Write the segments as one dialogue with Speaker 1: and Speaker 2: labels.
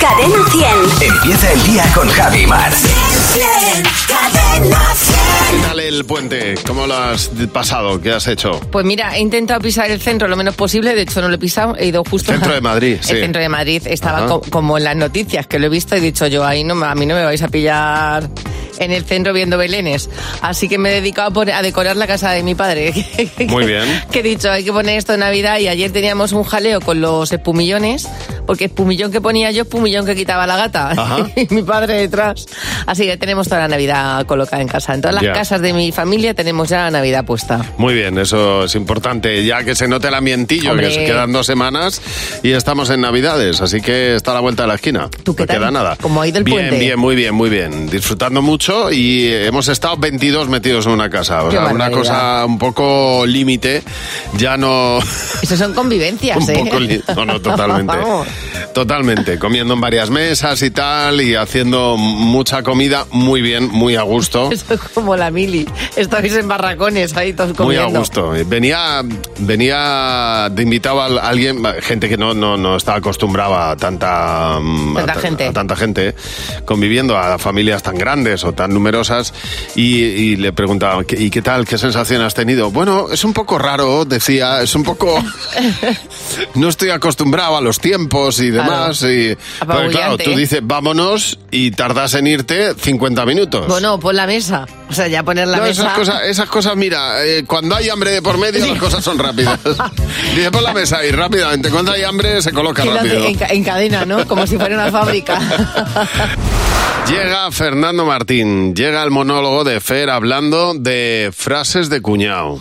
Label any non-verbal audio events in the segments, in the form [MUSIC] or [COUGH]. Speaker 1: Cadena 100.
Speaker 2: Empieza el día con Javi Mar.
Speaker 1: Cadena 100.
Speaker 3: ¿Qué tal el puente? ¿Cómo lo has pasado? ¿Qué has hecho?
Speaker 4: Pues mira, he intentado pisar el centro lo menos posible, de hecho no lo he pisado, he ido justo...
Speaker 3: Centro de Madrid,
Speaker 4: [LAUGHS]
Speaker 3: sí.
Speaker 4: El centro de Madrid estaba
Speaker 3: Ajá.
Speaker 4: co- como en las noticias, que lo he visto, he dicho yo, ahí no, me- a mí no me vais a pillar en el centro viendo belenes. Así que me he dedicado a, poner- a decorar la casa de mi padre. [LAUGHS]
Speaker 3: Muy bien.
Speaker 4: que he dicho, hay que poner esto de Navidad y ayer teníamos un jaleo con los espumillones, porque espumillón que ponía yo, espumillón que quitaba la gata.
Speaker 3: Ajá.
Speaker 4: [LAUGHS] y mi padre detrás. Así que tenemos toda la Navidad colocada en casa. En todas las
Speaker 3: Ya.
Speaker 4: casas de mi familia tenemos ya la Navidad puesta.
Speaker 3: Muy bien, eso es importante, ya que se note el ambientillo,
Speaker 4: Hombre.
Speaker 3: que se quedan dos semanas y estamos en Navidades, así que está a la vuelta de la esquina.
Speaker 4: ¿Tú qué
Speaker 3: no
Speaker 4: tal?
Speaker 3: queda nada.
Speaker 4: ¿Cómo ha ido el
Speaker 3: bien,
Speaker 4: puente?
Speaker 3: Bien, muy bien, muy bien. Disfrutando mucho y hemos estado 22 metidos en una casa. O
Speaker 4: Qué
Speaker 3: sea, una
Speaker 4: barbaridad.
Speaker 3: cosa un poco límite, ya no...
Speaker 4: Eso son convivencias,
Speaker 3: Un
Speaker 4: ¿eh?
Speaker 3: poco
Speaker 4: [LAUGHS]
Speaker 3: li- No, no, totalmente.
Speaker 4: Vamos.
Speaker 3: totalmente. Comiendo en varias mesas y tal, y haciendo mucha comida, muy bien, muy a gusto.
Speaker 4: Eso es como la mili. Estáis en barracones ahí todos
Speaker 3: Muy
Speaker 4: comiendo.
Speaker 3: a gusto. Eh, Venía, venía, te invitaba a alguien, gente que no, no, no estaba acostumbrada a tanta, mm,
Speaker 4: Tanta
Speaker 3: a ta-
Speaker 4: gente.
Speaker 3: a tanta gente, conviviendo a familias tan grandes o tan numerosas, y, y le preguntaba, "¿Qué- ¿y qué tal? ¿Qué sensación has tenido? Bueno, es un poco raro, decía, es
Speaker 4: [LAUGHS]
Speaker 3: un poco... [LAUGHS] no estoy acostumbrado a los tiempos y demás. Y, pero claro,
Speaker 4: Apabullante,
Speaker 3: tú
Speaker 4: ¿eh?
Speaker 3: dices, vámonos, y tardas en irte 50 minutos.
Speaker 4: Bueno, pon la mesa. O sea, ya poner la
Speaker 3: No,
Speaker 4: mesa.
Speaker 3: esas cosas, esas cosas, mira, eh, cuando hay hambre de por medio, las cosas
Speaker 4: [LAUGHS]
Speaker 3: son rápidas. Dice por la mesa y rápidamente, cuando hay hambre, se coloca
Speaker 4: que lo hace
Speaker 3: rápido.
Speaker 4: en, ca- en cadena, ¿no? Como si fuera una
Speaker 3: [LAUGHS]
Speaker 4: fábrica.
Speaker 3: Llega Fernando Martín, llega el monólogo de Fer hablando de frases de cuñado.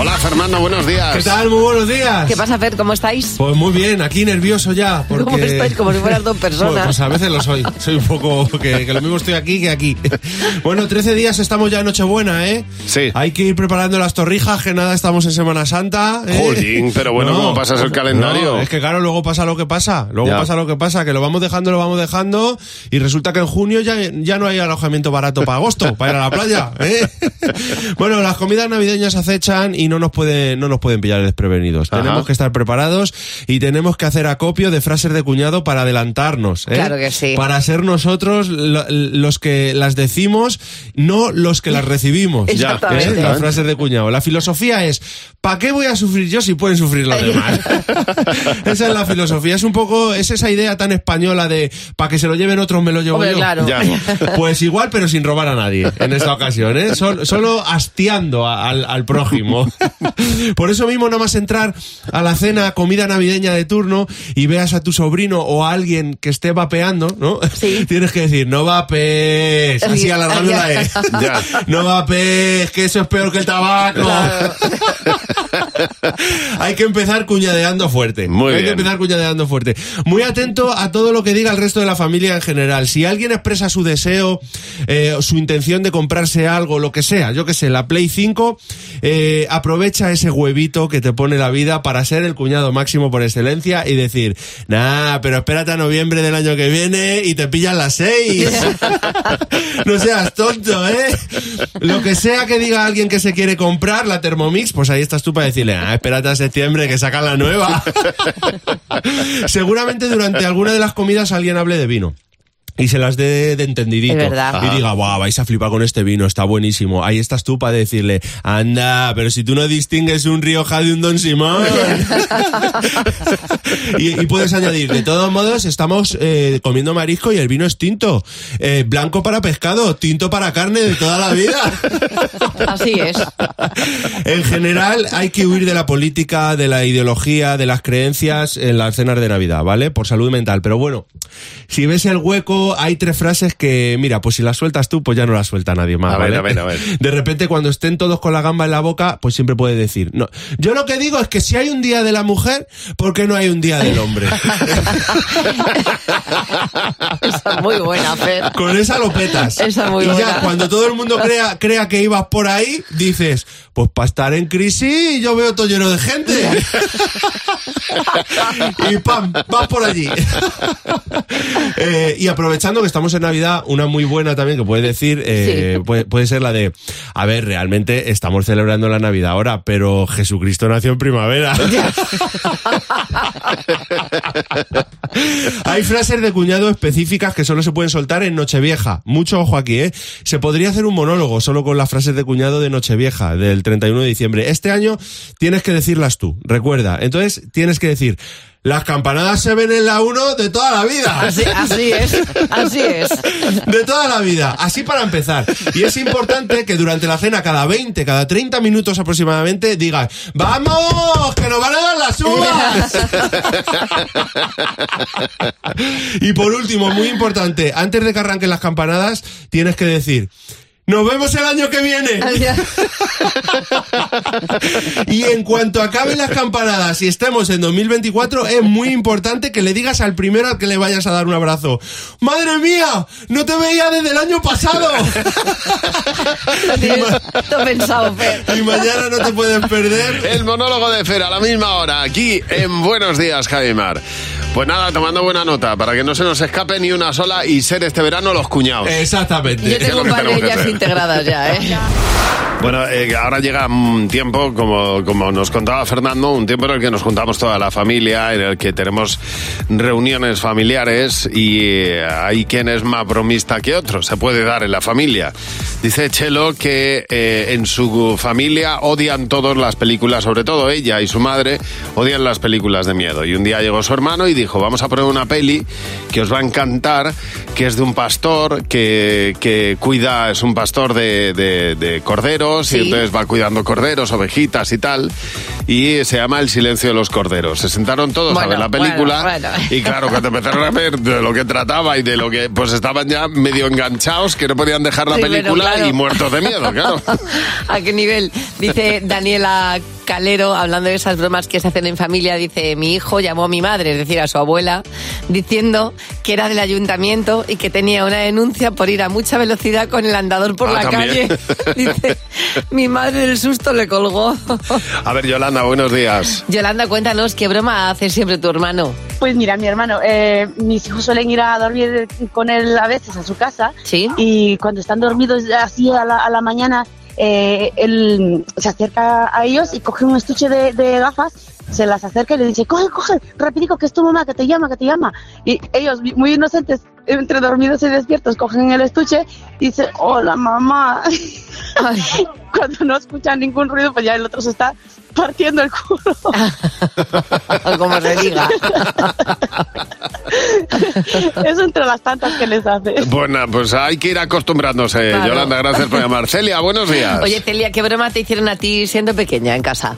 Speaker 3: Hola Fernando, buenos días.
Speaker 5: ¿Qué tal? Muy buenos días.
Speaker 4: ¿Qué pasa, Fer? ¿Cómo
Speaker 3: [LAUGHS]
Speaker 4: estáis?
Speaker 5: Pues muy bien, aquí nervioso ya. Porque...
Speaker 4: ¿Cómo estáis? Como si fueras dos personas.
Speaker 5: Bueno, pues a veces lo soy. Soy un poco. Que, que lo mismo estoy aquí que aquí. [LAUGHS] Bueno, 13 días estamos ya en Nochebuena, ¿eh?
Speaker 3: Sí.
Speaker 5: Hay que ir preparando las torrijas, que nada, estamos en Semana Santa. ¿eh?
Speaker 3: Jolín, pero bueno, ¿cómo pasas el calendario?
Speaker 5: no, es que claro, luego pasa lo que pasa. Luego
Speaker 3: Ya.
Speaker 5: pasa lo que pasa, que lo vamos dejando, lo vamos dejando. Y resulta que en junio ya, ya no hay alojamiento barato para agosto, para ir a la playa. ¿eh? bueno, las comidas navideñas acechan y no nos pueden, no nos pueden pillar desprevenidos.
Speaker 3: Ajá.
Speaker 5: Tenemos que estar preparados y tenemos que hacer acopio de frases de cuñado para adelantarnos. ¿eh?
Speaker 4: Claro que sí.
Speaker 5: Para ser nosotros lo- los que las decimos, no los que las recibimos.
Speaker 4: Ya, [LAUGHS]
Speaker 5: ¿eh?
Speaker 4: Exactamente.
Speaker 5: Las frases de cuñado. La filosofía es, ¿para qué voy a sufrir yo si pueden sufrir los demás? [LAUGHS] esa es la filosofía. Es un poco, es esa idea tan española de, para que se lo lleven otros me lo llevo
Speaker 4: Hombre,
Speaker 5: yo.
Speaker 4: claro.
Speaker 3: Ya.
Speaker 5: [LAUGHS]
Speaker 4: [LAUGHS]
Speaker 5: Pues igual, pero sin robar a nadie en esta ocasión, ¿eh? Sol- Solo, hastiando a- al,
Speaker 6: [LAUGHS]
Speaker 5: al prójimo. Por eso mismo, nada más entrar a la cena, comida navideña de turno, y veas a tu sobrino o a alguien que esté vapeando, ¿no?
Speaker 4: Sí.
Speaker 5: [LAUGHS] Tienes que decir, no vapees, así
Speaker 4: Sí,
Speaker 5: alargando
Speaker 4: [LAUGHS]
Speaker 5: la
Speaker 4: ya.
Speaker 5: E.
Speaker 3: Ya.
Speaker 5: No vapees, que eso es peor que el tabaco.
Speaker 4: Claro.
Speaker 5: [LAUGHS] Hay que empezar cuñadeando fuerte.
Speaker 3: Muy
Speaker 5: Hay que
Speaker 3: bien.
Speaker 5: empezar cuñadeando fuerte. Muy atento a todo lo que diga el resto de la familia en general. Si alguien expresa su deseo, eh, o su intención de comprarse algo, lo que sea, yo que sé, la Play 5, eh, aprovecha ese huevito que te pone la vida para ser el cuñado máximo por excelencia y decir, nah, pero espérate a noviembre del año que viene y te pillan
Speaker 3: [LAUGHS]
Speaker 5: las 6. no seas tonto, ¿eh? Lo que sea que diga alguien que se quiere comprar la Thermomix, pues ahí estás tú para decirle, ah, espérate a septiembre que sacan la nueva. [LAUGHS] Seguramente durante alguna de las comidas alguien hable de vino. Y se las dé de entendidito.
Speaker 4: Es verdad.
Speaker 5: Y diga, guau, vais a flipar con este vino, está buenísimo. Ahí estás tú para decirle, anda, pero si tú no distingues un Rioja de un Don Simón. [LAUGHS] y, y puedes añadir, de todos modos, estamos eh, comiendo marisco y el vino es tinto. Eh, blanco para pescado, tinto para carne de toda la vida.
Speaker 4: [LAUGHS] Así es.
Speaker 5: En general, hay que huir de la política, de la ideología, de las creencias en las cenas de Navidad, ¿vale? Por salud mental. Pero bueno, si ves el hueco, hay tres frases que, mira, pues si las sueltas tú, pues ya no las suelta nadie más.
Speaker 3: A ver,
Speaker 5: ¿vale?
Speaker 3: a ver, a ver.
Speaker 5: De repente, cuando estén todos con la gamba en la boca, pues siempre puedes decir, no. Yo lo que digo es que si hay un día de la mujer, ¿por qué no hay un día del hombre?
Speaker 4: Esa es muy buena, Fer.
Speaker 5: Con esa lo petas.
Speaker 4: [LAUGHS] Esa es muy
Speaker 5: y ya,
Speaker 4: buena.
Speaker 5: cuando todo el mundo crea, crea que ibas por ahí, dices, Pues para estar en crisis yo veo todo lleno de gente.
Speaker 4: [LAUGHS]
Speaker 5: y pam, vas por
Speaker 4: [LAUGHS]
Speaker 5: allí. Eh, y aprovechando que estamos en Navidad, una muy buena también que puedes decir, eh, puede, puede ser la de, a ver, realmente estamos celebrando la Navidad ahora, pero Jesucristo nació en primavera. [LAUGHS] Hay frases de cuñado específicas que solo se pueden soltar en Nochevieja. Mucho ojo aquí, ¿eh? Se podría hacer un monólogo solo con las frases de cuñado de Nochevieja, del 31 de diciembre. Este año tienes que decirlas tú, recuerda. Entonces tienes que decir, las campanadas se ven en la 1 de toda la vida.
Speaker 4: Así, así es, así es.
Speaker 5: [LAUGHS] De toda la vida, así para empezar. Y es importante que durante la cena, cada 20, cada 30 minutos aproximadamente, digas, ¡vamos! ¡Que nos van a dar
Speaker 6: [LAUGHS]
Speaker 5: las uvas! y por último, muy importante, antes de que arranquen las campanadas, tienes que decir, ¡nos vemos el año que viene! [LAUGHS] Y en cuanto acaben las campanadas y estemos en 2024, es muy importante que le digas al primero al que le vayas a dar un abrazo. ¡Madre mía! ¡No te veía desde el año pasado!
Speaker 4: [LAUGHS] Lo tienes todo pensado, Fer.
Speaker 5: Y mañana no te puedes perder.
Speaker 3: El monólogo de Fer a la misma hora, aquí en Buenos Días, Javimar. Pues nada, tomando buena nota, para que no se nos escape ni una sola y ser este verano los cuñados.
Speaker 5: Exactamente.
Speaker 4: Yo
Speaker 3: es
Speaker 4: tengo
Speaker 3: lo
Speaker 4: un
Speaker 3: que
Speaker 4: par de
Speaker 3: tenemos que
Speaker 4: ellas
Speaker 3: hacer.
Speaker 4: integradas ya, ¿eh?
Speaker 3: Bueno, eh, ahora llega un tiempo, como, como nos contaba Fernando, un tiempo en el que nos juntamos toda la familia, en el que tenemos reuniones familiares y eh, hay quien es más bromista que otro, se puede dar en la familia. Dice Chelo que eh, en su familia odian todas las películas, sobre todo ella y su madre, odian las películas de miedo. Y un día llegó su hermano y dijo, vamos a poner una peli que os va a encantar, que es de un pastor que, que cuida, es un pastor de, de- de corderos
Speaker 4: Sí.
Speaker 3: y entonces va cuidando corderos, ovejitas y tal. Y se llama El silencio de los corderos. Se sentaron todos a
Speaker 4: Bueno,
Speaker 3: ver la película
Speaker 4: bueno, [LAUGHS] bueno.
Speaker 3: y claro, cuando empezaron a ver de lo que trataba y de lo que, pues estaban ya medio enganchados que no podían dejar la
Speaker 4: Sí, pero
Speaker 3: película
Speaker 4: claro.
Speaker 3: y muertos de miedo, claro.
Speaker 4: [LAUGHS] ¿A qué nivel? Dice Daniela Calero, hablando de esas bromas que se hacen en familia, dice, mi hijo llamó a mi madre, es decir, a su abuela, diciendo que era del ayuntamiento y que tenía una denuncia por ir a mucha velocidad con el andador por
Speaker 3: Ah,
Speaker 4: la
Speaker 3: también. [LAUGHS]
Speaker 4: calle. Dice, mi madre del susto le colgó. [LAUGHS]
Speaker 3: A ver, Yolanda, buenos días.
Speaker 4: Yolanda, cuéntanos qué broma hace siempre tu hermano.
Speaker 1: Pues mira, mi hermano, eh, mis hijos suelen ir a dormir con él a veces a su casa
Speaker 4: Sí.
Speaker 1: y cuando están dormidos así a la, a la mañana, eh, él se acerca a ellos y coge un estuche de, de gafas, se las acerca y le dice, coge, coge, rapidico, que es tu mamá, que te llama, que te llama. Y ellos, muy inocentes, entre dormidos y despiertos, cogen el estuche y dicen, hola mamá. [LAUGHS]
Speaker 4: Ay.
Speaker 1: Cuando no escuchan ningún ruido, pues ya el otro se está partiendo el culo.
Speaker 4: O [LAUGHS] como se
Speaker 1: [LAUGHS]
Speaker 4: diga.
Speaker 1: Eso entre las tantas que les hace.
Speaker 3: Bueno, pues hay que ir acostumbrándose.
Speaker 4: Claro.
Speaker 3: Yolanda, gracias por llamar. Celia, buenos días.
Speaker 4: Oye, Celia, ¿qué broma te hicieron a ti siendo pequeña en casa?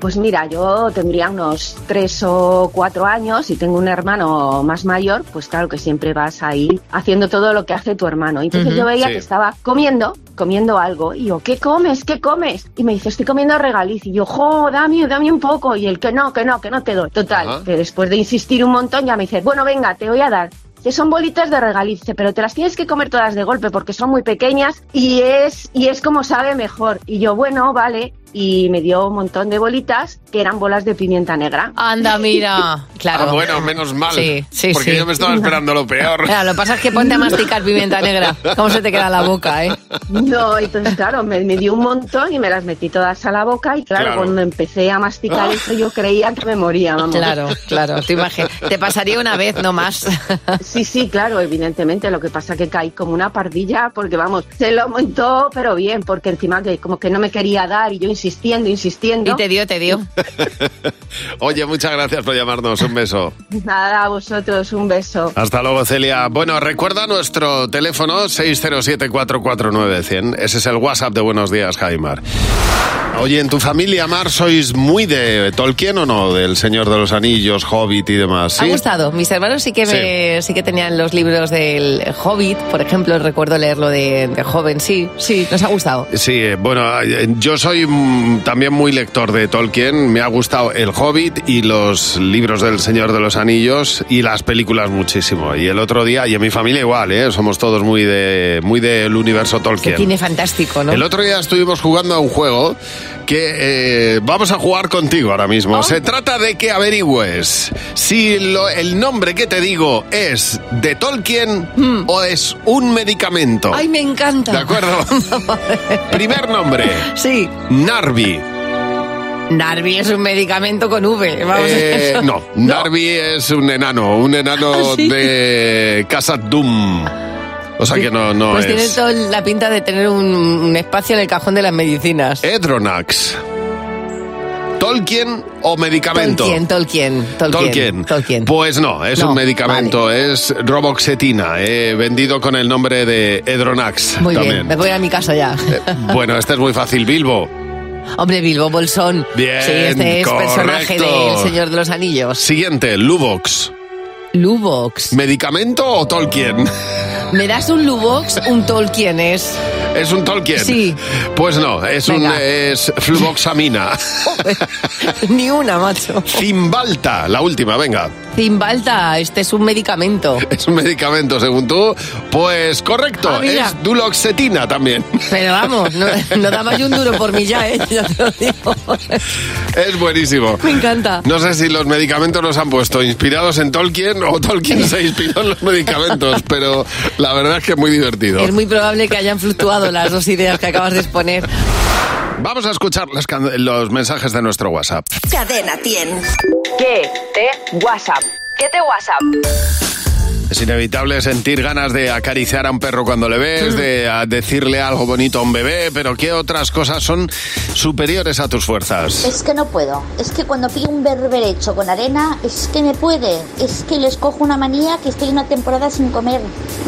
Speaker 7: Pues mira, yo tendría unos tres o cuatro años y tengo un hermano más mayor, pues claro que siempre vas ahí haciendo todo lo que hace tu hermano. Entonces yo veía
Speaker 3: Sí.
Speaker 7: que estaba comiendo, comiendo algo, y yo, ¿qué comes? ¿Qué comes? Y me dice, estoy comiendo regaliz. Y yo, jo, dame, dame un poco. Y él, que no, que no, que no te doy. Total,
Speaker 3: Ajá.
Speaker 7: que después de insistir un montón ya me dice, bueno, venga, te voy a dar. Que son bolitas de regaliz, Dice, pero te las tienes que comer todas de golpe porque son muy pequeñas y es, y es como sabe mejor. Y yo, bueno, vale. Y me dio un montón de bolitas que eran bolas de pimienta negra.
Speaker 4: Anda,
Speaker 7: [LAUGHS]
Speaker 4: mira. Claro.
Speaker 3: Ah, bueno, menos mal.
Speaker 4: Sí, sí,
Speaker 3: porque
Speaker 4: sí.
Speaker 3: yo me estaba esperando lo peor. [LAUGHS]
Speaker 4: Claro, lo que pasa es que ponte a masticar pimienta negra. ¿Cómo se te queda la boca, eh?
Speaker 7: No, entonces claro, me, me dio un montón y me las metí todas a la boca y claro,
Speaker 3: Claro.
Speaker 7: cuando empecé a masticar eso yo creía que me moría, vamos.
Speaker 4: Claro, claro, te imaginas. Te pasaría una vez, no más.
Speaker 7: Sí, sí, claro, evidentemente. Lo que pasa que caí como una pardilla porque, vamos, se lo montó, pero bien, porque encima que como que no me quería dar y yo insistiendo, insistiendo.
Speaker 4: Y te dio, te dio.
Speaker 3: Oye, muchas gracias por llamarnos. Un beso.
Speaker 7: Nada, a vosotros un beso.
Speaker 3: Hasta luego, Celia. Bueno, recuerda nuestro teléfono 607-449-100. Ese es el WhatsApp de Buenos Días, Jaimar. Oye, ¿en tu familia, Mar, sois muy de Tolkien o no? Del Señor de los Anillos, Hobbit y demás.
Speaker 4: Ha
Speaker 3: ¿sí?
Speaker 4: gustado. Mis hermanos sí que me- sí que tenían los libros del Hobbit, por ejemplo, recuerdo leerlo de, de joven. Sí, sí, nos ha gustado.
Speaker 3: Sí, eh, bueno, eh, yo soy mm, mm, también muy lector de Tolkien. Me ha gustado El Hobbit y los libros del Señor de los Anillos y las películas muchísimo. Y el otro día, y en mi familia igual, ¿eh? somos todos muy de muy del universo Tolkien.
Speaker 4: Tiene fantástico, ¿no?
Speaker 3: El otro día estuvimos jugando a un juego que eh, vamos a jugar contigo ahora mismo.
Speaker 4: ¿Ah?
Speaker 3: Se trata de que averigües si lo- el nombre que te digo es de Tolkien o es un medicamento.
Speaker 4: Hmm. Ay, me encanta.
Speaker 3: ¿De acuerdo?
Speaker 4: [LAUGHS]
Speaker 3: Primer nombre,
Speaker 4: Sí.
Speaker 3: Narvi.
Speaker 4: Narvi es un medicamento con V. Vamos a
Speaker 3: Eh,
Speaker 4: eso.
Speaker 3: no, Narvi es un enano, un enano
Speaker 4: [LAUGHS] Ah, sí.
Speaker 3: de Casa Doom. O sea que no,
Speaker 4: [LAUGHS]
Speaker 3: no
Speaker 4: pues tiene
Speaker 3: es.
Speaker 4: toda la pinta de tener un, un espacio en el cajón de las medicinas.
Speaker 3: Edronax. Tolkien o medicamento.
Speaker 4: Tolkien, Tolkien, Tolkien.
Speaker 3: Tolkien. Pues no, es
Speaker 4: No,
Speaker 3: un medicamento, es roboxetina, eh, vendido con el nombre de Edronax
Speaker 4: Muy
Speaker 3: también.
Speaker 4: bien, me voy a mi casa ya.
Speaker 3: Bueno, este es muy fácil, Bilbo.
Speaker 4: [LAUGHS] Hombre, Bilbo Bolsón.
Speaker 3: Bien,
Speaker 4: sí, este es personaje
Speaker 3: correcto.
Speaker 4: del Señor de los Anillos.
Speaker 3: Siguiente, Lubox.
Speaker 4: Lubox.
Speaker 3: ¿Medicamento
Speaker 4: [LAUGHS]
Speaker 3: o Tolkien?
Speaker 4: ¿Me das un Lubox? Un Tolkien es.
Speaker 3: ¿Es un Tolkien?
Speaker 4: Sí.
Speaker 3: Pues no, es un
Speaker 4: Venga.
Speaker 3: es fluvoxamina. [LAUGHS]
Speaker 4: Ni una, macho.
Speaker 3: Cimbalta, la última, venga.
Speaker 4: Zimbalta, este es un medicamento.
Speaker 3: Es un medicamento, según tú. Pues correcto,
Speaker 4: Ah, mira.
Speaker 3: es duloxetina también. [LAUGHS]
Speaker 4: Pero vamos, no, no da más de un duro por mí ya, ¿eh? Ya te lo digo.
Speaker 3: Es buenísimo.
Speaker 4: Me encanta.
Speaker 3: No sé si los medicamentos los han puesto inspirados en Tolkien
Speaker 4: [LAUGHS]
Speaker 3: o Tolkien se inspiró en los medicamentos, pero la verdad es que es muy divertido.
Speaker 4: Es muy probable que hayan fluctuado las dos ideas que acabas de exponer.
Speaker 3: Vamos a escuchar las can- los mensajes de nuestro WhatsApp.
Speaker 8: Cadena 100.
Speaker 9: ¿Qué te WhatsApp? ¿Qué te WhatsApp?
Speaker 3: Es inevitable sentir ganas de acariciar a un perro cuando le ves, de a- decirle algo bonito a un bebé, pero ¿qué otras cosas son superiores a tus fuerzas?
Speaker 10: Es que no puedo. Es que cuando pillo un berberecho con arena, es que me puede. Es que les cojo una manía que estoy una temporada sin comer.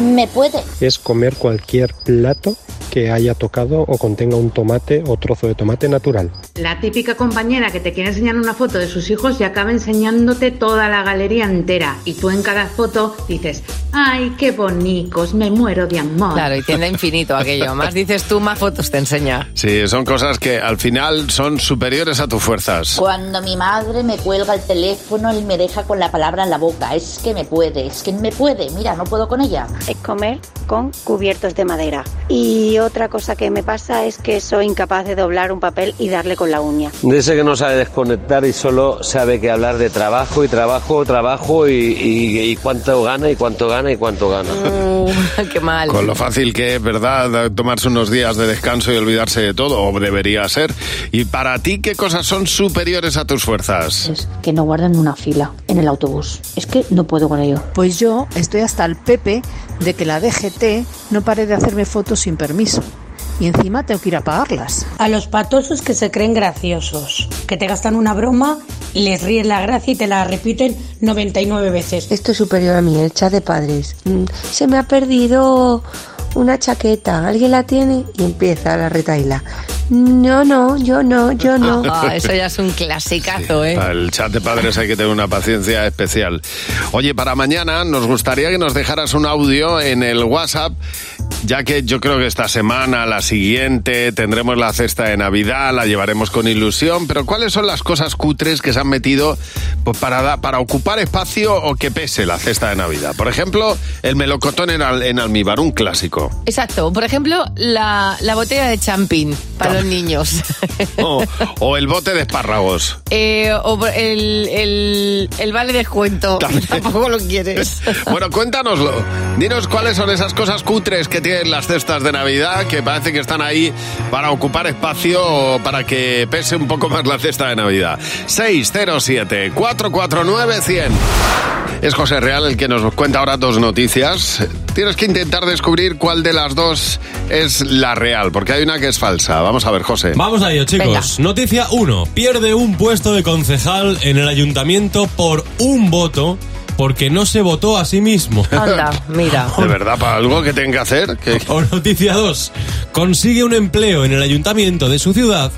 Speaker 10: Me puede.
Speaker 11: es comer cualquier plato que haya tocado o contenga un tomate o trozo de tomate natural.
Speaker 12: La típica compañera que te quiere enseñar una foto de sus hijos y acaba enseñándote toda la galería entera. Y tú en cada foto dices, ¡ay, qué bonicos! Me muero de amor.
Speaker 4: Claro, y tiende a infinito aquello. Más dices tú, más fotos te enseña.
Speaker 3: Sí, son cosas que al final son superiores a tus fuerzas.
Speaker 10: Cuando mi madre me cuelga el teléfono y me deja con la palabra en la boca. Es que me puede. Es que me puede. Mira, no puedo con ella.
Speaker 13: es comer con cubiertos de madera. Y otra cosa que me pasa es que soy incapaz de doblar un papel y darle con la uña.
Speaker 6: Dice que no sabe desconectar y solo sabe que hablar de trabajo y trabajo, trabajo y, y- y cuánto gana y cuánto gana y cuánto gana.
Speaker 12: Mm.
Speaker 4: [LAUGHS] qué mal.
Speaker 3: Con lo fácil que es, ¿verdad? Tomarse unos días de descanso y olvidarse de todo, o debería ser. ¿Y para ti qué cosas son superiores a tus fuerzas?
Speaker 14: Es que no guardan una fila en el autobús. Es que no puedo con ello.
Speaker 15: Pues yo estoy hasta el Pepe de que la DGT no pare de hacerme fotos sin permiso. Y encima tengo que ir a pagarlas.
Speaker 16: A los patosos que se creen graciosos, que te gastan una broma, les ríen la gracia y te la repiten 99 veces.
Speaker 17: Esto es superior a mí, el chat de padres. Mm, Se me ha perdido una chaqueta, ¿alguien la tiene? Y empieza la retaila. No, no, yo no, yo no.
Speaker 4: [LAUGHS] Ah, eso ya es un clasicazo, ¿eh?
Speaker 3: Para el chat de padres hay que tener una paciencia especial. Oye, para mañana nos gustaría que nos dejaras un audio en el WhatsApp, ya que yo creo que esta semana, la siguiente, tendremos la cesta de Navidad, la llevaremos con ilusión, pero ¿cuáles son las cosas cutres que se han metido pues, para, da- para ocupar espacio o que pese la cesta de Navidad? Por ejemplo, el melocotón en, al- en almíbar, un clásico.
Speaker 4: Exacto. Por ejemplo, la, la botella de champín para los niños. [LAUGHS]
Speaker 3: O, o el bote de espárragos.
Speaker 4: Eh, o por- el, el, el vale descuento. [LAUGHS] Tampoco lo quieres.
Speaker 3: Bueno, cuéntanoslo. Dinos cuáles son esas cosas cutres que tienen las cestas de Navidad, que parece que están ahí para ocupar espacio o para que pese un poco más la cesta de Navidad. 607-449-100. Es José Real el que nos cuenta ahora dos noticias. Tienes que intentar descubrir cuál de las dos es la real, porque hay una que es falsa. Vamos a ver, José.
Speaker 5: Vamos a ello, chicos. Noticia 1. Pierde un puesto de concejal en el ayuntamiento por un voto porque no se votó a sí mismo.
Speaker 4: Anda,
Speaker 5: [LAUGHS]
Speaker 4: mira.
Speaker 3: ¿De verdad para algo que tenga que hacer? que
Speaker 5: O noticia 2. Consigue un empleo en el ayuntamiento de su ciudad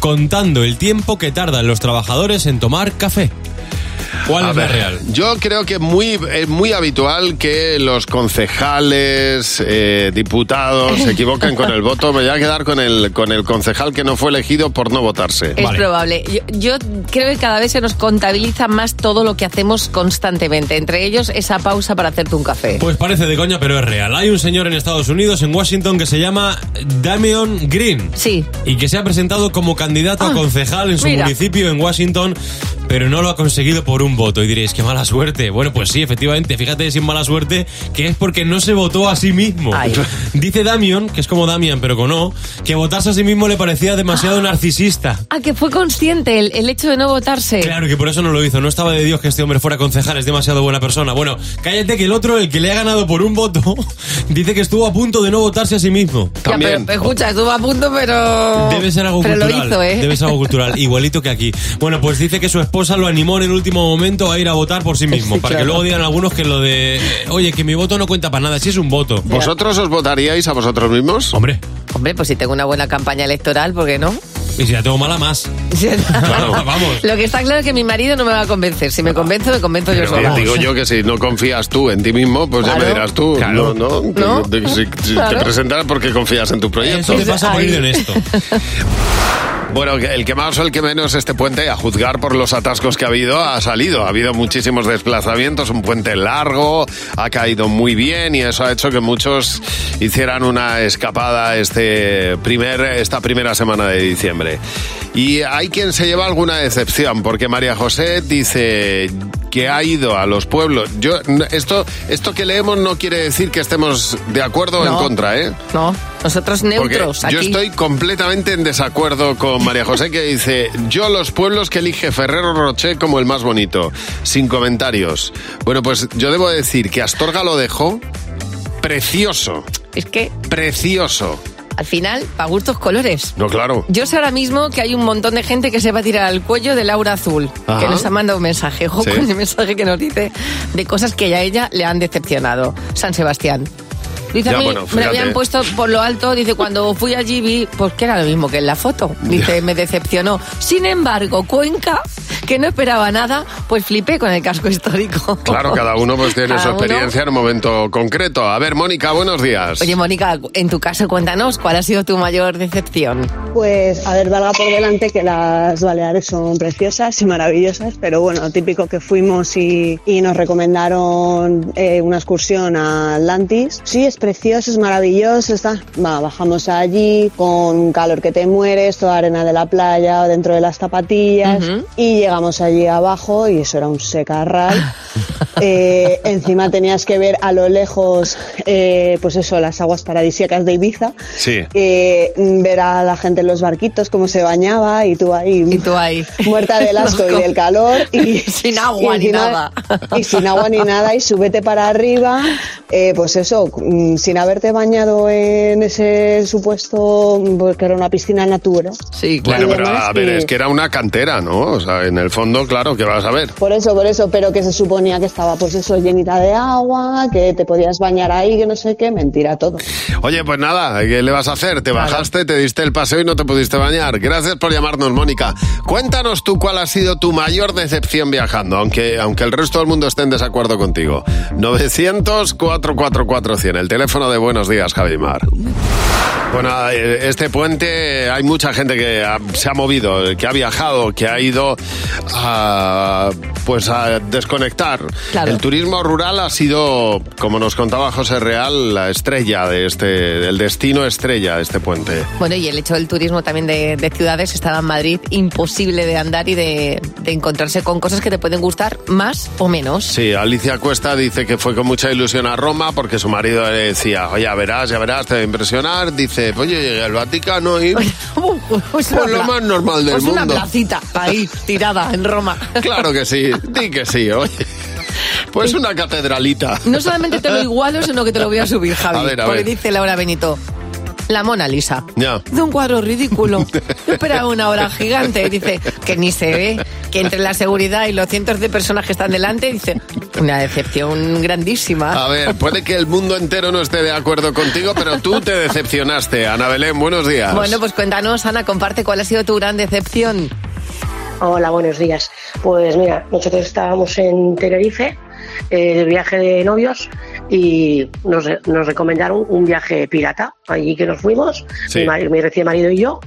Speaker 5: contando el tiempo que tardan los trabajadores en tomar café.
Speaker 8: ¿Cuál
Speaker 3: A
Speaker 8: es la
Speaker 3: ver,
Speaker 8: real?
Speaker 3: Yo creo que muy, es muy habitual que los concejales, eh, diputados, se equivoquen con el voto. Me voy a quedar con el, con el concejal que no fue elegido por no
Speaker 8: Eh,
Speaker 3: votarse.
Speaker 4: Es probable. Yo, yo creo que cada vez se nos contabiliza más todo lo que hacemos constantemente. Entre ellos, esa pausa para hacerte un café.
Speaker 8: Pues parece de coña, pero es real. Hay un señor en Estados Unidos, en Washington, que se llama Damian Green.
Speaker 4: Sí. Ah,
Speaker 8: Y que se ha presentado como candidato a concejal en su
Speaker 4: mira.
Speaker 8: municipio, en Washington, pero no lo ha conseguido por un voto. Y diréis, qué mala suerte. Bueno, pues sí, efectivamente, fíjate sin mala suerte, que es porque no se votó a sí mismo. Dice Damian, que es como Damian, pero con O, que votarse a sí mismo le parecía demasiado narcisista.
Speaker 4: Ah, que fue consciente el, el hecho de no votarse.
Speaker 8: Claro que por eso no lo hizo. No estaba de Dios que este hombre fuera concejal, es demasiado buena persona. Bueno, cállate que el otro, el que le ha ganado por un voto, [LAUGHS] dice que estuvo a punto de no votarse a sí mismo.
Speaker 4: Ya, pero, pero escucha, estuvo a punto, pero.
Speaker 8: Debe ser algo
Speaker 4: pero
Speaker 8: cultural.
Speaker 4: lo hizo, ¿eh?
Speaker 8: Debe ser algo cultural, igualito que aquí. Bueno, pues dice que su esposa lo animó en el último momento a ir a votar por
Speaker 4: [LAUGHS]
Speaker 8: sí mismo.
Speaker 3: Sí,
Speaker 8: para que
Speaker 3: claro.
Speaker 8: luego digan algunos que lo de. eh, Oye, que mi voto no cuenta para nada, si es un voto.
Speaker 3: ¿Vosotros os votaríais a vosotros mismos?
Speaker 8: Hombre.
Speaker 4: [LAUGHS] Hombre, pues si tengo una buena campaña electoral, ¿por qué no?
Speaker 8: Y si la tengo mala, más.
Speaker 3: [LAUGHS]
Speaker 8: Claro, vamos.
Speaker 4: Lo que está claro es que mi marido no me va a convencer. Si me convenzo, me convenzo yo
Speaker 3: Pero
Speaker 4: sola.
Speaker 3: digo yo que si no confías tú en ti mismo, pues ya me dirás tú. No, no.
Speaker 4: ¿No?
Speaker 3: Te- te- Si, si
Speaker 4: Claro.
Speaker 3: te presentas porque confías en tu proyecto.
Speaker 8: Eso te pasa por ir de honesto.
Speaker 3: Bueno, el que más o el que menos este puente, a juzgar por los atascos que ha habido, ha salido. Ha habido muchísimos desplazamientos, un puente largo, ha caído muy bien y eso ha hecho que muchos hicieran una escapada este primer, esta primera semana de diciembre. Y hay quien se lleva alguna decepción, porque María José dice que ha ido a los pueblos. Yo n- esto, esto que leemos no quiere decir que estemos de acuerdo o en
Speaker 4: No.
Speaker 3: contra, ¿eh?
Speaker 4: No, nosotros
Speaker 3: Porque
Speaker 4: neutros
Speaker 3: yo
Speaker 4: aquí.
Speaker 3: estoy completamente en desacuerdo con María José que dice, yo los pueblos que elige Ferrero Rocher como el más bonito, sin comentarios. Bueno, pues yo debo decir que Astorga lo dejó precioso,
Speaker 4: Es que
Speaker 3: precioso.
Speaker 4: al final, para gustos colores.
Speaker 3: No, claro.
Speaker 4: Yo sé ahora mismo que hay un montón de gente que se va a tirar al cuello de Laura Azul,
Speaker 3: Ajá.
Speaker 4: que nos ha mandado un mensaje, ojo
Speaker 3: Sí.
Speaker 4: con el mensaje que nos dice de cosas que a ella le han decepcionado. San Sebastián. Dice
Speaker 3: Ya,
Speaker 4: a mí,
Speaker 3: bueno,
Speaker 4: me
Speaker 3: fíjate.
Speaker 4: la habían puesto por lo alto, dice, cuando fui allí vi, pues que era lo mismo que en la foto. Dice, me decepcionó. Sin embargo, Cuenca, que no esperaba nada, pues flipé con el casco histórico.
Speaker 3: Claro, cada uno pues tiene
Speaker 4: Cada
Speaker 3: su
Speaker 4: uno.
Speaker 3: experiencia en un momento concreto. A ver, Mónica, buenos días.
Speaker 4: Oye, Mónica, en tu caso, cuéntanos, ¿cuál ha sido tu mayor decepción?
Speaker 18: Pues, a ver, valga por delante que las Baleares son preciosas y maravillosas, pero bueno, lo típico que fuimos y, y nos recomendaron eh, una excursión a Atlantis. Sí, es precioso, es maravilloso, está. Va, bajamos allí con un calor que te mueres, toda arena de la playa o dentro de las zapatillas y llegamos allí abajo y eso era un secarral. Eh, encima tenías que ver a lo lejos, eh, pues eso, las aguas paradisíacas de Ibiza
Speaker 3: Sí.
Speaker 4: [LAUGHS]
Speaker 18: eh, ver a la gente en los barquitos cómo se bañaba y tú ahí, muerta del asco y
Speaker 4: [LAUGHS] Loco.
Speaker 18: del calor y
Speaker 4: [LAUGHS] Sin agua
Speaker 18: y
Speaker 4: ni
Speaker 18: encima-
Speaker 4: nada.
Speaker 18: y sin agua ni nada y súbete para arriba eh, pues eso mm, sin haberte bañado en ese supuesto mm, porque era una piscina natura
Speaker 4: sí
Speaker 3: Bueno, pero
Speaker 18: además
Speaker 3: a ver,
Speaker 18: que-
Speaker 3: es que era una cantera, ¿no? O sea, en el fondo, claro, que vas a ver.
Speaker 18: por eso, por eso, pero que se suponía que estaba pues eso llenita de agua, que te podías bañar ahí, que no sé qué, mentira todo.
Speaker 3: Oye, pues nada, ¿qué le vas a hacer? Te bajaste, te diste el paseo y no te pudiste bañar. Gracias por llamarnos, Mónica. Cuéntanos tú cuál ha sido tu mayor decepción viajando, aunque, aunque el resto del mundo esté en desacuerdo contigo. 900-444-100, el teléfono de Buenos Días, Javimar. Bueno, eh, este puente hay mucha gente que ha- se ha movido, que ha viajado, que ha ido a, pues a desconectar. El turismo rural ha sido, como nos contaba José Real, la estrella de este, el destino estrella de este puente.
Speaker 4: Bueno, y el hecho del turismo también de, de ciudades, estaba en Madrid imposible de andar y de, de encontrarse con cosas que te pueden gustar más o [LAUGHS] menos.
Speaker 3: Sí, Alicia Cuesta dice que fue con mucha ilusión a Roma porque su marido le decía, oye, ya verás, ya verás, te va a impresionar. Dice, pues yo llegué al Vaticano y...
Speaker 4: Pues
Speaker 3: Pues lo más normal del
Speaker 4: una
Speaker 3: mundo.
Speaker 4: placita
Speaker 3: [LAUGHS]
Speaker 4: ahí, tirada en Roma.
Speaker 3: Claro que sí, di que sí, oye. Pues una catedralita.
Speaker 4: No solamente te lo igualo, sino que te lo voy a subir, Javi.
Speaker 3: A ver, a
Speaker 4: porque
Speaker 3: ver.
Speaker 4: dice Laura Benito, la Mona Lisa.
Speaker 3: Ya.
Speaker 4: De un cuadro ridículo. Yo esperaba una hora gigante. Dice que ni se ve, que entre la seguridad y los cientos de personas que están delante, dice una decepción grandísima.
Speaker 3: A ver, puede que el mundo entero no esté de acuerdo contigo, pero tú te decepcionaste. Ana Belén, buenos días.
Speaker 4: Bueno, pues cuéntanos, Ana, comparte cuál ha sido tu gran decepción.
Speaker 19: Hola, buenos días. Pues mira, nosotros estábamos en Tenerife, eh, de viaje de novios, y nos, nos recomendaron un viaje pirata. Allí que nos fuimos,
Speaker 20: Sí.
Speaker 19: mi, mari- mi recién marido y yo.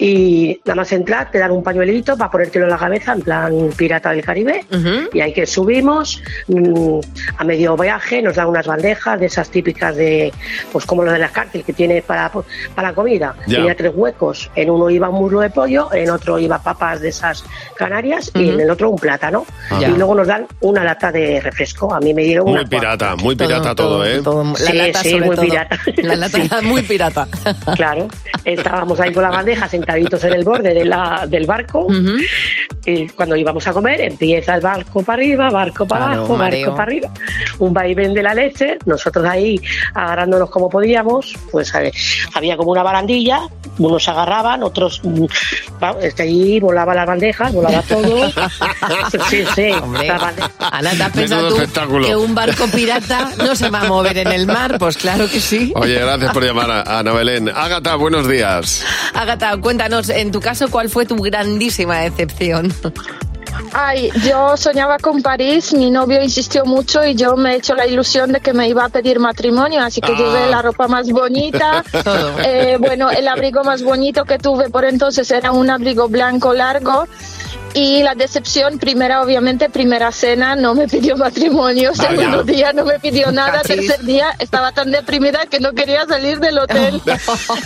Speaker 19: Y nada más entrar, te dan un pañuelito para ponértelo en la cabeza, en plan pirata del Caribe. Y ahí que subimos, mm, a medio viaje nos dan unas bandejas de esas típicas de, pues como lo de las cárceles que tienes para, para la comida.
Speaker 20: Ya.
Speaker 19: Tenía tres huecos. En uno iba un muslo de pollo, en otro iba papas de esas canarias y
Speaker 3: Ujú.
Speaker 19: en el otro un plátano.
Speaker 3: Ah.
Speaker 19: Y
Speaker 3: Ya.
Speaker 19: luego nos dan una lata de refresco. A mí me dieron
Speaker 3: Muy
Speaker 19: una cuarta.
Speaker 3: pirata, muy pirata todo, ¿eh?
Speaker 19: Sí, sí, muy pirata.
Speaker 4: [LAUGHS] La lata
Speaker 19: Sí.
Speaker 4: muy pirata.
Speaker 19: [LAUGHS] Claro, estábamos ahí con la bandeja sentaditos en el borde de la- del barco y cuando íbamos a comer empieza el barco para arriba, barco para
Speaker 4: Claro,
Speaker 19: abajo,
Speaker 4: mareo.
Speaker 19: barco para arriba, un vaivén de la leche, nosotros ahí agarrándonos como podíamos, pues a ver, había como una barandilla, unos se agarraban, otros, mm, va- es que ahí volaba las bandejas, volaba
Speaker 4: [LAUGHS]
Speaker 19: todo, sí, sí,
Speaker 4: Hombre,
Speaker 19: las bandejas.
Speaker 4: Ana, ¿te has
Speaker 3: Menudo
Speaker 4: pensado tú
Speaker 3: espectáculo.
Speaker 4: que un barco pirata no se va a mover en el mar? Pues claro que sí.
Speaker 3: Oye, gracias por llamar a a Ana Belén. Ágata, buenos días.
Speaker 4: Agata, cuéntanos, en tu caso, ¿cuál fue tu grandísima decepción?
Speaker 21: Ay, yo soñaba con París, mi novio insistió mucho y yo me he hecho la ilusión de que me iba a pedir matrimonio, así que
Speaker 22: Ah.
Speaker 21: llevé la ropa más bonita,
Speaker 22: Todo.
Speaker 21: eh, bueno, el abrigo más bonito que tuve por entonces era un abrigo blanco largo. Y la decepción, primera, obviamente, primera cena, no me pidió matrimonio.
Speaker 3: Ah,
Speaker 21: Segundo
Speaker 3: ya.
Speaker 21: día, no me pidió nada.
Speaker 3: Cachis.
Speaker 21: Tercer día, estaba tan deprimida que no quería salir del hotel.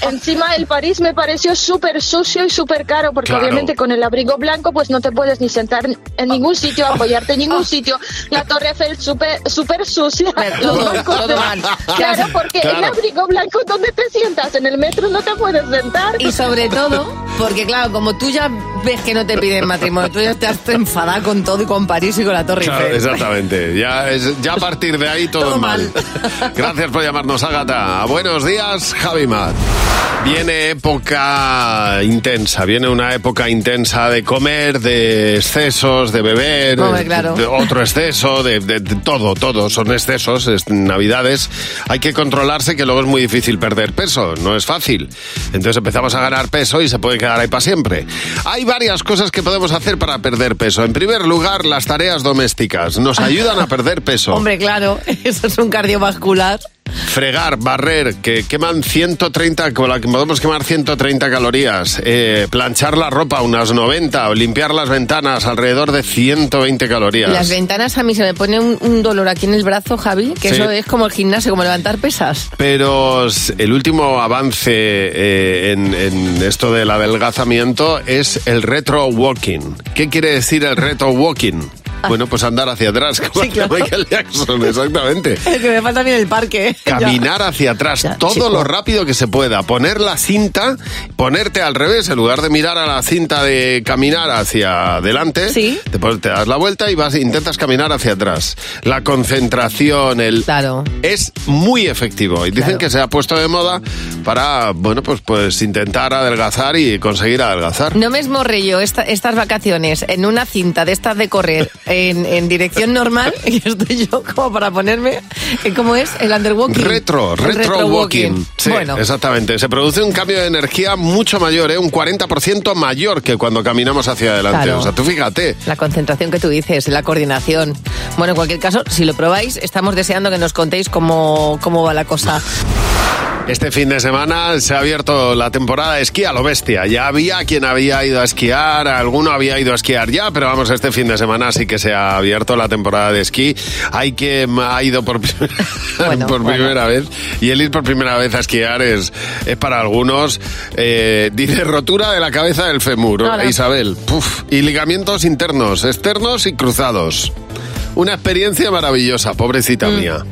Speaker 21: Encima, el París me pareció súper sucio y súper caro, porque
Speaker 23: Claro.
Speaker 21: obviamente con el abrigo blanco, pues no te puedes ni sentar en ningún sitio, apoyarte en ningún sitio. La Torre Eiffel súper súper sucia.
Speaker 4: todo,
Speaker 21: Los bancos
Speaker 4: todo
Speaker 21: de-
Speaker 4: mal.
Speaker 21: Claro, porque el
Speaker 4: Claro.
Speaker 21: abrigo blanco, ¿dónde te sientas? En el metro no te puedes sentar.
Speaker 4: Y sobre todo, porque claro, como tú ya ves que no te piden matrimonio, tú ya te has enfadada con todo y con París y con la Torre
Speaker 3: Claro,
Speaker 4: Eiffel.
Speaker 3: exactamente. Ya, es- ya a partir de ahí todo, es mal. [LAUGHS] Gracias por llamarnos, Ágata. Buenos días, Javi Mar. Viene época intensa, viene una época intensa de comer, de excesos, de beber,
Speaker 4: Hombre, claro.
Speaker 3: de otro exceso, de, de- de todo, todo. Son excesos, es- navidades. Hay que controlarse que luego es muy difícil perder peso, no es fácil. Entonces empezamos a ganar peso y se puede quedar ahí para siempre. Hay varias cosas que podemos hacer para perder peso. En primer lugar, las tareas domésticas nos ayudan a perder peso.
Speaker 4: [LAUGHS] Hombre, claro, eso es un cardiovascular.
Speaker 3: Fregar, barrer, que queman 130, con la que podemos quemar 130 calorías. Eh, planchar la ropa, unas 90. O limpiar las ventanas, alrededor de 120 calorías.
Speaker 4: Las ventanas a mí se me pone un, un dolor aquí en el brazo, Javi, que
Speaker 3: Sí.
Speaker 4: eso es como el gimnasio, como levantar pesas.
Speaker 3: Pero s- el último avance eh, en, en esto del adelgazamiento es el retro walking. ¿Qué quiere decir el retro walking? Bueno, pues andar hacia atrás, como [LAUGHS] hacía Michael Jackson, exactamente.
Speaker 4: [LAUGHS] Es que me falta también el parque.
Speaker 3: [LAUGHS] Caminar hacia atrás todo
Speaker 4: chico.
Speaker 3: lo rápido que se pueda. Poner la cinta, ponerte al revés, en lugar de mirar a la cinta de caminar hacia adelante, te, pones- te das la vuelta y vas, intentas caminar hacia atrás. La concentración, el es muy efectivo. Y dicen que se ha puesto de moda para, bueno, pues, pues intentar adelgazar y conseguir adelgazar.
Speaker 4: No me esmorré yo esta- estas vacaciones en una cinta de estas de correr en, en dirección normal [LAUGHS] y estoy yo como para ponerme, eh, ¿cómo es? El underwalking.
Speaker 3: Retro,
Speaker 4: El
Speaker 3: retro, walking. Sí,
Speaker 4: bueno,
Speaker 3: exactamente. Se produce un cambio de energía mucho mayor, ¿eh? un 40% mayor que cuando caminamos hacia adelante.
Speaker 4: Claro.
Speaker 3: O sea, tú fíjate.
Speaker 4: la concentración que tú dices, la coordinación. Bueno, en cualquier caso, si lo probáis, estamos deseando que nos contéis cómo, cómo va la cosa.
Speaker 3: Este fin de semana se ha abierto la temporada de esquí a lo bestia. Ya había quien había ido a esquiar, alguno había ido a esquiar ya, pero vamos, este fin de semana sí que se ha abierto la temporada de esquí. Hay quien ha ido por, [LAUGHS] prim- por primera vez y el ir por primera vez a esquiar es, es para algunos, eh, dice rotura de la cabeza del femur,
Speaker 24: Hola.
Speaker 3: Isabel. Puf. y ligamientos internos, externos y cruzados. Una experiencia maravillosa, pobrecita mía.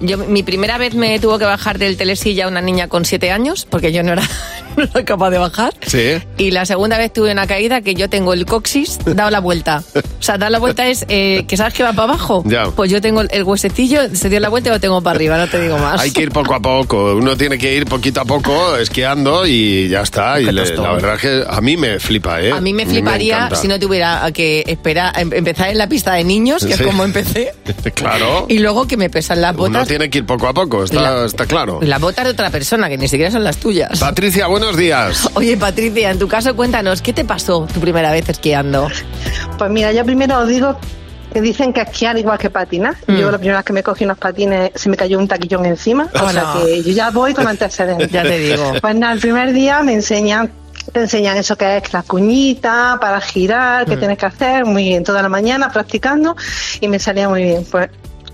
Speaker 4: Yo, mi primera vez me tuvo que bajar del telesilla una niña con siete años, porque yo no era, [LAUGHS] no era capaz de bajar.
Speaker 3: Sí.
Speaker 4: Y la segunda vez tuve una caída que yo tengo el coxis dado la vuelta. O sea, dar la vuelta es eh, que sabes que va para abajo.
Speaker 3: Ya.
Speaker 4: Pues yo tengo el- el huesecillo, se dio la vuelta y lo tengo para arriba, no te digo más.
Speaker 3: Hay que ir poco a poco. Uno tiene que ir poquito a poco esquiando y ya está. Y le- la verdad es que a mí me flipa, ¿eh?
Speaker 4: A mí me fliparía
Speaker 3: encanta.
Speaker 4: si no tuviera que esperar, em- empezar en la pista de niños, que
Speaker 3: Sí.
Speaker 4: es como empecé,
Speaker 3: [LAUGHS] Claro.
Speaker 4: y luego que me pesan las
Speaker 3: Uno
Speaker 4: botas.
Speaker 3: tiene que ir poco a poco, está, está claro.
Speaker 4: Las botas de otra persona, que ni siquiera son las tuyas.
Speaker 3: Patricia, buenos buenos
Speaker 4: [LAUGHS]
Speaker 3: días.
Speaker 4: Oye, Patricia, en tu caso, cuéntanos, ¿qué te pasó tu primera vez esquiando?
Speaker 20: Pues mira, yo primero os digo que dicen que esquiar igual que patinar.
Speaker 4: Mm.
Speaker 20: Yo la primera vez que me cogí unos patines se me cayó un taquillón encima.
Speaker 4: Oh,
Speaker 20: o sea
Speaker 4: no.
Speaker 20: que yo ya voy con antecedentes.
Speaker 4: Ya te digo.
Speaker 20: Pues nada, el primer día me enseñan te enseñan eso que es la cuñita para girar, que
Speaker 4: Mm.
Speaker 20: tienes que hacer, muy bien, toda la mañana practicando y me salía muy bien. Pues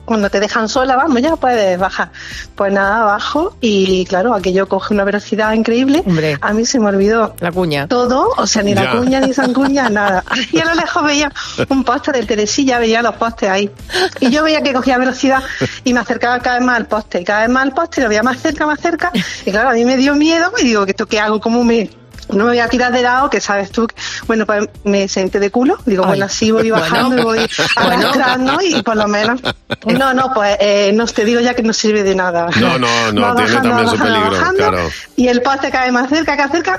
Speaker 20: cuando te dejan sola, vamos, ya puedes bajar. Pues nada, abajo y claro, aquello coge una velocidad increíble. A mí se me olvidó
Speaker 4: la cuña.
Speaker 20: todo, o sea, ni
Speaker 4: Ya.
Speaker 20: la cuña ni sancuña, nada. Y a lo lejos veía un poste del Teresilla, veía los postes ahí. Y yo veía que cogía velocidad y me acercaba cada vez más al poste, y cada vez más al poste, lo veía más cerca, más cerca. Y claro, a mí me dio miedo y digo, ¿esto qué hago? ¿Cómo me.? No me voy a tirar de lado, que sabes tú. que- Bueno, pues me senté de culo. Digo,
Speaker 4: Ay.
Speaker 20: bueno, así voy bajando
Speaker 4: Bueno.
Speaker 20: y voy
Speaker 4: Bueno.
Speaker 20: arrastrando y por lo menos. No, no, pues eh, no te digo ya que no sirve de nada.
Speaker 3: No, no, no,
Speaker 20: [LAUGHS] Va
Speaker 3: tiene
Speaker 20: bajando,
Speaker 3: también
Speaker 20: va
Speaker 3: su
Speaker 20: bajando, va
Speaker 3: peligro,
Speaker 20: bajando,
Speaker 3: claro.
Speaker 20: y el poste cae más cerca, cada cerca.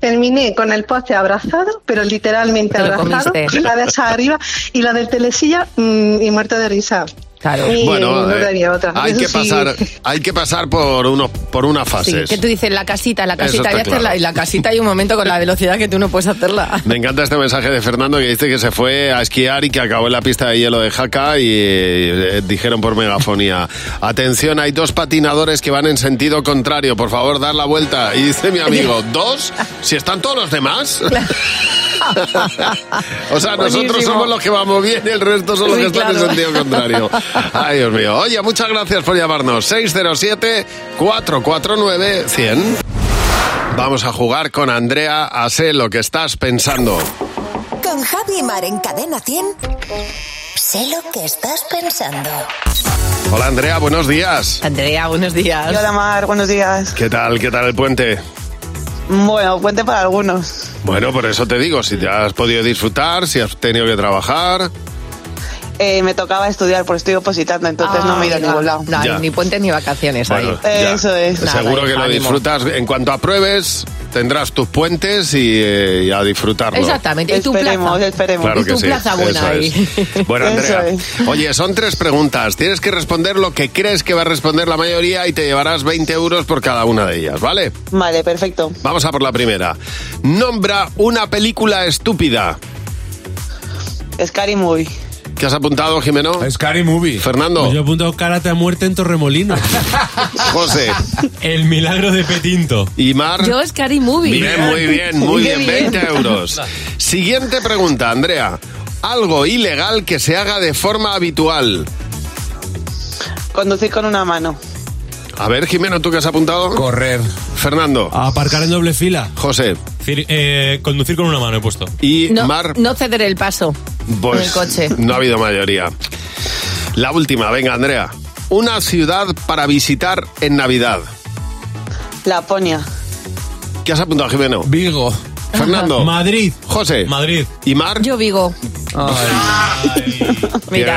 Speaker 20: Terminé con el poste abrazado, pero literalmente
Speaker 4: Te lo
Speaker 20: abrazado,
Speaker 4: comiste.
Speaker 20: la de esa arriba y la del telesilla mm, y muerta de risa. Y,
Speaker 3: bueno,
Speaker 20: eh, no
Speaker 3: eh,
Speaker 20: había otra.
Speaker 3: hay
Speaker 20: Eso
Speaker 3: que
Speaker 20: sí.
Speaker 3: pasar, hay que pasar por unos, por unas fases.
Speaker 4: que tú dices la casita, la
Speaker 3: Eso
Speaker 4: casita,
Speaker 3: está
Speaker 4: y haces la-
Speaker 3: claro.
Speaker 4: y la casita hay un momento con la velocidad que tú no puedes hacerla.
Speaker 3: Me encanta este mensaje de Fernando que dice que se fue a esquiar y que acabó en la pista de hielo de Jaca y eh, dijeron por megafonía, atención, hay dos patinadores que van en sentido contrario, por favor, dar la vuelta. Y dice mi amigo, ¿dos? Si están todos los demás. o sea, nosotros
Speaker 22: Buenísimo.
Speaker 3: somos los que vamos bien, el resto son los
Speaker 22: Sí,
Speaker 3: que están en
Speaker 22: claro.
Speaker 3: sentido contrario. Ay, Dios mío. Oye, muchas gracias por llamarnos. 607-449-100. Vamos a jugar con Andrea a sé lo que estás pensando.
Speaker 23: Con Javi y Mar en Cadena 100. Sé lo que estás pensando.
Speaker 3: Hola Andrea, buenos días.
Speaker 4: Andrea, buenos días.
Speaker 22: Hola Mar, buenos días.
Speaker 3: ¿Qué tal? ¿Qué tal el puente?
Speaker 22: Bueno, puente para algunos.
Speaker 3: Bueno, por eso te digo, si te has podido disfrutar, si has tenido que trabajar.
Speaker 22: Eh, me tocaba estudiar, porque estoy opositando, entonces no me he ido a
Speaker 4: Ay,
Speaker 22: ningún
Speaker 4: no,
Speaker 22: lado.
Speaker 4: no,
Speaker 3: Ya.
Speaker 4: Ni puentes ni vacaciones
Speaker 3: Bueno,
Speaker 4: ahí.
Speaker 22: Eh, eso es.
Speaker 3: Seguro que lo disfrutas. En cuanto apruebes, tendrás tus puentes y, eh, y a disfrutarlo.
Speaker 4: Exactamente. ¿Y tu
Speaker 22: Esperemos,
Speaker 4: plaza?
Speaker 22: esperemos.
Speaker 3: Claro
Speaker 4: ¿Y
Speaker 3: que
Speaker 4: tu
Speaker 3: sí,
Speaker 4: plaza
Speaker 3: eso
Speaker 4: buena ahí?
Speaker 22: [LAUGHS]
Speaker 3: es. Bueno,
Speaker 22: Eso
Speaker 3: Andrea. Oye, son tres preguntas. Tienes que responder lo que crees que va a responder la mayoría y te llevarás 20 euros por cada una de ellas, ¿vale?
Speaker 22: Vale, perfecto.
Speaker 3: Vamos a por la primera. Nombra una película estúpida.
Speaker 22: Scary Movie.
Speaker 3: ¿Qué has apuntado, Jimeno?
Speaker 5: Scary Movie.
Speaker 3: Fernando.
Speaker 5: Pues
Speaker 8: Pues Yo he apuntado karate a muerte en
Speaker 4: [LAUGHS]
Speaker 8: Torremolino.
Speaker 3: José.
Speaker 8: [LAUGHS] El milagro de Petinto.
Speaker 3: Y Mar.
Speaker 4: [LAUGHS] Yo Scary Movie.
Speaker 3: Bien, muy bien, muy
Speaker 4: Qué
Speaker 3: bien. 20 euros. Siguiente pregunta, Andrea. Algo ilegal que se haga de forma habitual.
Speaker 22: Conducir con una mano.
Speaker 3: A ver, Jimeno, ¿tú qué has apuntado? Correr. Fernando.
Speaker 8: Aparcar en doble fila. eh,
Speaker 3: José.
Speaker 8: conducir con una mano he puesto.
Speaker 3: Y
Speaker 4: No,
Speaker 3: Mar.
Speaker 4: no ceder el paso
Speaker 3: Pues,
Speaker 4: en el coche.
Speaker 3: No ha habido mayoría. La última, venga, Andrea. Una ciudad para visitar en Navidad.
Speaker 22: Laponia.
Speaker 3: ¿Qué has apuntado, Jimeno?
Speaker 8: Vigo.
Speaker 3: Fernando.
Speaker 8: Madrid.
Speaker 3: José.
Speaker 8: Madrid.
Speaker 3: ¿Y Mar?
Speaker 4: Yo Vigo. [LAUGHS] Mira,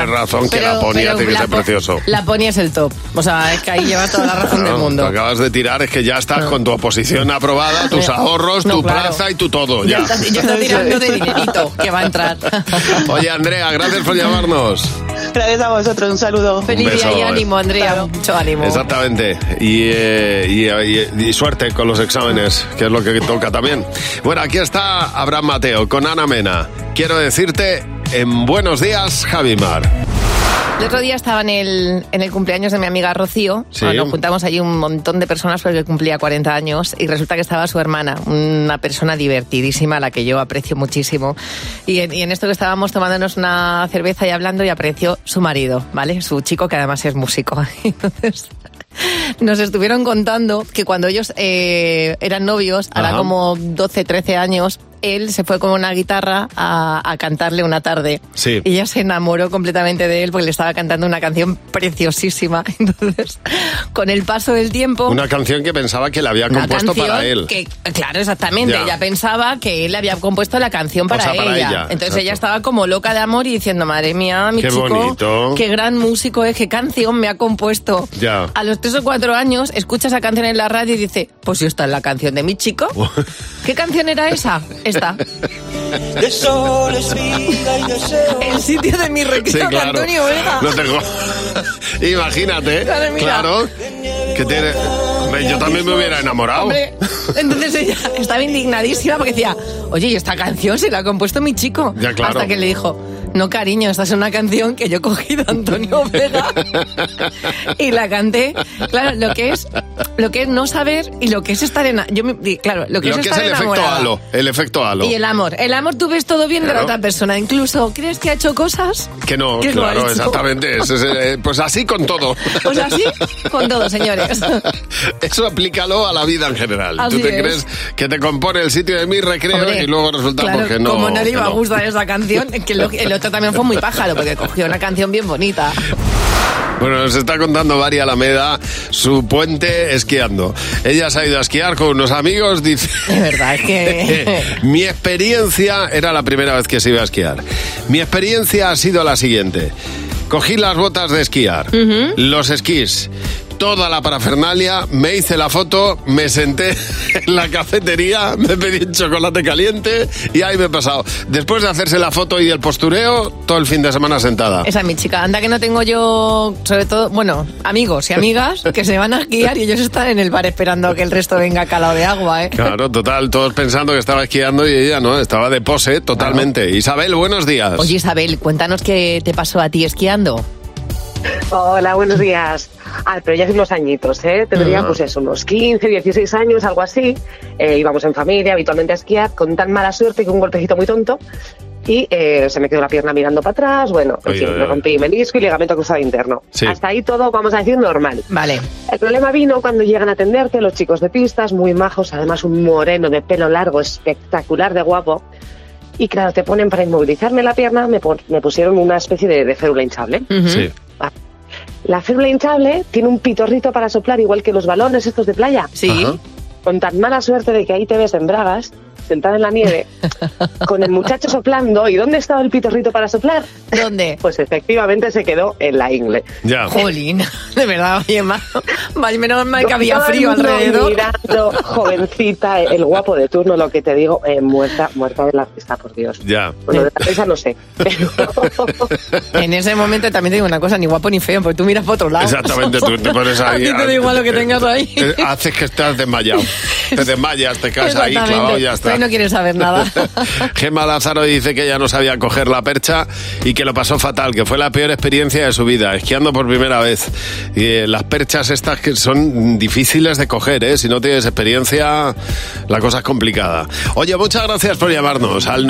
Speaker 3: Tienes razón, que
Speaker 4: pero-
Speaker 3: la ponía,
Speaker 4: pero
Speaker 3: tiene que
Speaker 4: la
Speaker 3: ser
Speaker 4: po-
Speaker 3: precioso.
Speaker 4: La Pony es el top. O sea, es que ahí llevas toda la razón del
Speaker 3: No,
Speaker 4: mundo.
Speaker 3: Lo acabas de tirar, es que ya estás con tu oposición aprobada, tus
Speaker 4: No,
Speaker 3: ahorros,
Speaker 4: no,
Speaker 3: tu
Speaker 4: claro.
Speaker 3: plaza y tu todo. Ya.
Speaker 4: Ya está, ya está tirando de dinerito que va a entrar.
Speaker 3: [LAUGHS] Oye, Andrea, gracias por llamarnos.
Speaker 22: Gracias a vosotros, un saludo.
Speaker 4: Feliz día
Speaker 3: beso,
Speaker 4: y
Speaker 3: eh.
Speaker 4: ánimo, Andrea. Mucho ánimo.
Speaker 3: Exactamente. Y, eh, y- y- y suerte con los exámenes, que es lo que toca también. Bueno, aquí está Abraham Mateo con Ana Mena. Quiero decirte en buenos días, Javimar.
Speaker 4: El otro día estaba en el, en el cumpleaños de mi amiga Rocío.
Speaker 3: Sí.
Speaker 4: Nos juntamos allí un montón de personas porque cumplía 40 años y resulta que estaba su hermana, una persona divertidísima, a la que yo aprecio muchísimo. Y en, y en esto que estábamos tomándonos una cerveza y hablando y apreció su marido, ¿vale? Su chico que además es músico. [LAUGHS] Entonces nos estuvieron contando que cuando ellos eh, eran novios, hará
Speaker 24: Ajá.
Speaker 4: como 12, 13 años, él se fue con una guitarra a, a cantarle una tarde.
Speaker 24: Sí.
Speaker 4: Y ella se enamoró completamente de él porque le estaba cantando una canción preciosísima. [LAUGHS] Entonces, con el paso del tiempo...
Speaker 3: Una canción que pensaba que la había
Speaker 4: una
Speaker 3: compuesto
Speaker 4: canción
Speaker 3: para él.
Speaker 4: que- claro, exactamente.
Speaker 3: Ya.
Speaker 4: Ella pensaba que él había compuesto la canción para,
Speaker 3: sea, para ella,
Speaker 4: Entonces
Speaker 3: exacto.
Speaker 4: ella estaba como loca de amor y diciendo, madre mía, mi
Speaker 3: Qué
Speaker 4: chico,
Speaker 3: bonito.
Speaker 4: qué gran músico es, qué canción me ha compuesto.
Speaker 3: Ya.
Speaker 4: A los tres o cuatro años escucha esa canción en la radio y dice, pues yo esta es la canción de mi
Speaker 3: [LAUGHS]
Speaker 4: chico. ¿Qué canción era esa? Esta.
Speaker 25: De sol es vida y deseo.
Speaker 4: El sitio de mi recreo,
Speaker 3: Sí,
Speaker 4: con
Speaker 3: claro.
Speaker 4: Antonio Vega.
Speaker 3: [LAUGHS] No tengo- [LAUGHS] Imagínate,
Speaker 4: Claro, mira.
Speaker 3: claro. Que tiene... Ve, Yo también me hubiera enamorado.
Speaker 4: Hombre, Entonces ella estaba indignadísima porque decía, oye, ¿y esta canción se la ha compuesto mi chico?
Speaker 3: Ya, claro.
Speaker 4: Hasta que le dijo, no, cariño, esta es una canción que yo cogí de Antonio Vega y la canté. Claro, lo que es lo que es no saber y lo que es estar en... Yo, me- y claro, lo que es, estar
Speaker 3: el efecto
Speaker 4: enamorada.
Speaker 3: halo. El efecto halo.
Speaker 4: Y el amor. El amor tú ves todo bien de la
Speaker 3: Claro.
Speaker 4: otra persona. Incluso crees que ha hecho cosas
Speaker 3: Que no,
Speaker 4: ¿Qué lo ha
Speaker 3: claro,
Speaker 4: hecho?
Speaker 3: exactamente. Ese es el- pues así con todo.
Speaker 4: [LAUGHS] Pues así con todo, señores.
Speaker 3: [LAUGHS] Eso aplícalo a la vida en general.
Speaker 4: Así
Speaker 3: Tú te
Speaker 4: es.
Speaker 3: crees que te compone el sitio de mi recreo
Speaker 4: Hombre,
Speaker 3: y luego resulta
Speaker 4: claro,
Speaker 3: porque no.
Speaker 4: Como no le
Speaker 3: que
Speaker 4: iba a gustar esa canción, que lo- el otro también fue muy pájaro, porque cogió una canción bien bonita.
Speaker 3: Bueno, nos está contando María Alameda su puente esquiando. Ella se ha ido a esquiar con unos amigos, dice... "Eh,
Speaker 4: De verdad, es
Speaker 3: [LAUGHS]
Speaker 4: que...
Speaker 3: Mi experiencia era la primera vez que se iba a esquiar. Mi experiencia ha sido la siguiente. Cogí las botas de esquiar,
Speaker 1: Ujú.
Speaker 3: los esquís, toda la parafernalia, me hice la foto, me senté [LAUGHS] en la cafetería, me pedí un chocolate caliente y ahí me he pasado. Después de hacerse la foto y el postureo, todo el fin de semana sentada.
Speaker 4: Esa es mi chica. Anda que no tengo yo, sobre todo, bueno, amigos y
Speaker 3: [LAUGHS]
Speaker 4: amigas que se van a esquiar y ellos están en el bar esperando a que el resto venga calado de agua, ¿eh?
Speaker 3: Claro, total, todos pensando que estaba esquiando y ella no, estaba de pose totalmente. Isabel, buenos días.
Speaker 4: Oye, Isabel, cuéntanos qué te pasó a ti esquiando.
Speaker 2: Hola, buenos días. Ah, pero ya hace unos añitos, ¿eh? Tendría,
Speaker 4: Ah.
Speaker 2: pues eso, unos 15, 16 años, algo así. Eh, íbamos en familia, habitualmente a esquiar, con tan mala suerte que un golpecito muy tonto. Y eh, se me quedó la pierna mirando para atrás. Bueno, en
Speaker 3: Ay,
Speaker 2: fin,
Speaker 3: ay,
Speaker 2: me
Speaker 3: ay.
Speaker 2: rompí menisco y ligamento cruzado interno.
Speaker 3: Sí.
Speaker 2: Hasta ahí todo, vamos a decir, normal.
Speaker 4: Vale.
Speaker 2: El problema vino cuando llegan a atenderte los chicos de pistas, muy majos, además un moreno de pelo largo, espectacular de guapo. Y claro, te ponen para inmovilizarme la pierna, me, pon- me pusieron una especie de, de férula hinchable.
Speaker 3: Sí.
Speaker 2: La férula hinchable tiene un pitorrito para soplar, igual que los balones estos de playa.
Speaker 4: Sí. Ajá.
Speaker 2: Con tan mala suerte de que ahí te ves en bragas, sentada en la
Speaker 4: [LAUGHS]
Speaker 2: nieve, con el muchacho soplando. ¿Y dónde estaba el pitorrito para soplar?
Speaker 4: ¿Dónde?
Speaker 2: [LAUGHS] Pues efectivamente se quedó en la ingle.
Speaker 3: Ya.
Speaker 4: Jolín, [LAUGHS] de verdad, oye, ma- ma- menos mal que había
Speaker 2: Todo el
Speaker 4: frío
Speaker 2: mundo
Speaker 4: alrededor.
Speaker 2: Mirando, jovencita, el guapo de turno, lo que te digo, eh, muerta, muerta de la risa, por Dios.
Speaker 3: Ya.
Speaker 2: Bueno, de la risa no sé.
Speaker 4: En ese momento también te digo una cosa, ni guapo ni feo, porque tú miras para otro lado.
Speaker 3: Exactamente, tú te pones
Speaker 4: [LAUGHS]
Speaker 3: ahí.
Speaker 4: A ti te da igual lo que tengas ahí.
Speaker 3: Eh, Haces que
Speaker 4: [LAUGHS]
Speaker 3: estás desmayado. Te desmayas, te quedas ahí
Speaker 4: Exactamente.
Speaker 3: clavado y ya está.
Speaker 4: Ahí no quieres saber nada.
Speaker 3: [LAUGHS] Gemma Lázaro dice que ella no sabía coger la percha y que lo pasó fatal, que fue la peor experiencia de su vida, esquiando por primera vez. Y, eh, las perchas estas que son difíciles de coger, ¿eh? si no tienes experiencia, la cosa es complicada. Oye, muchas gracias por llamarnos al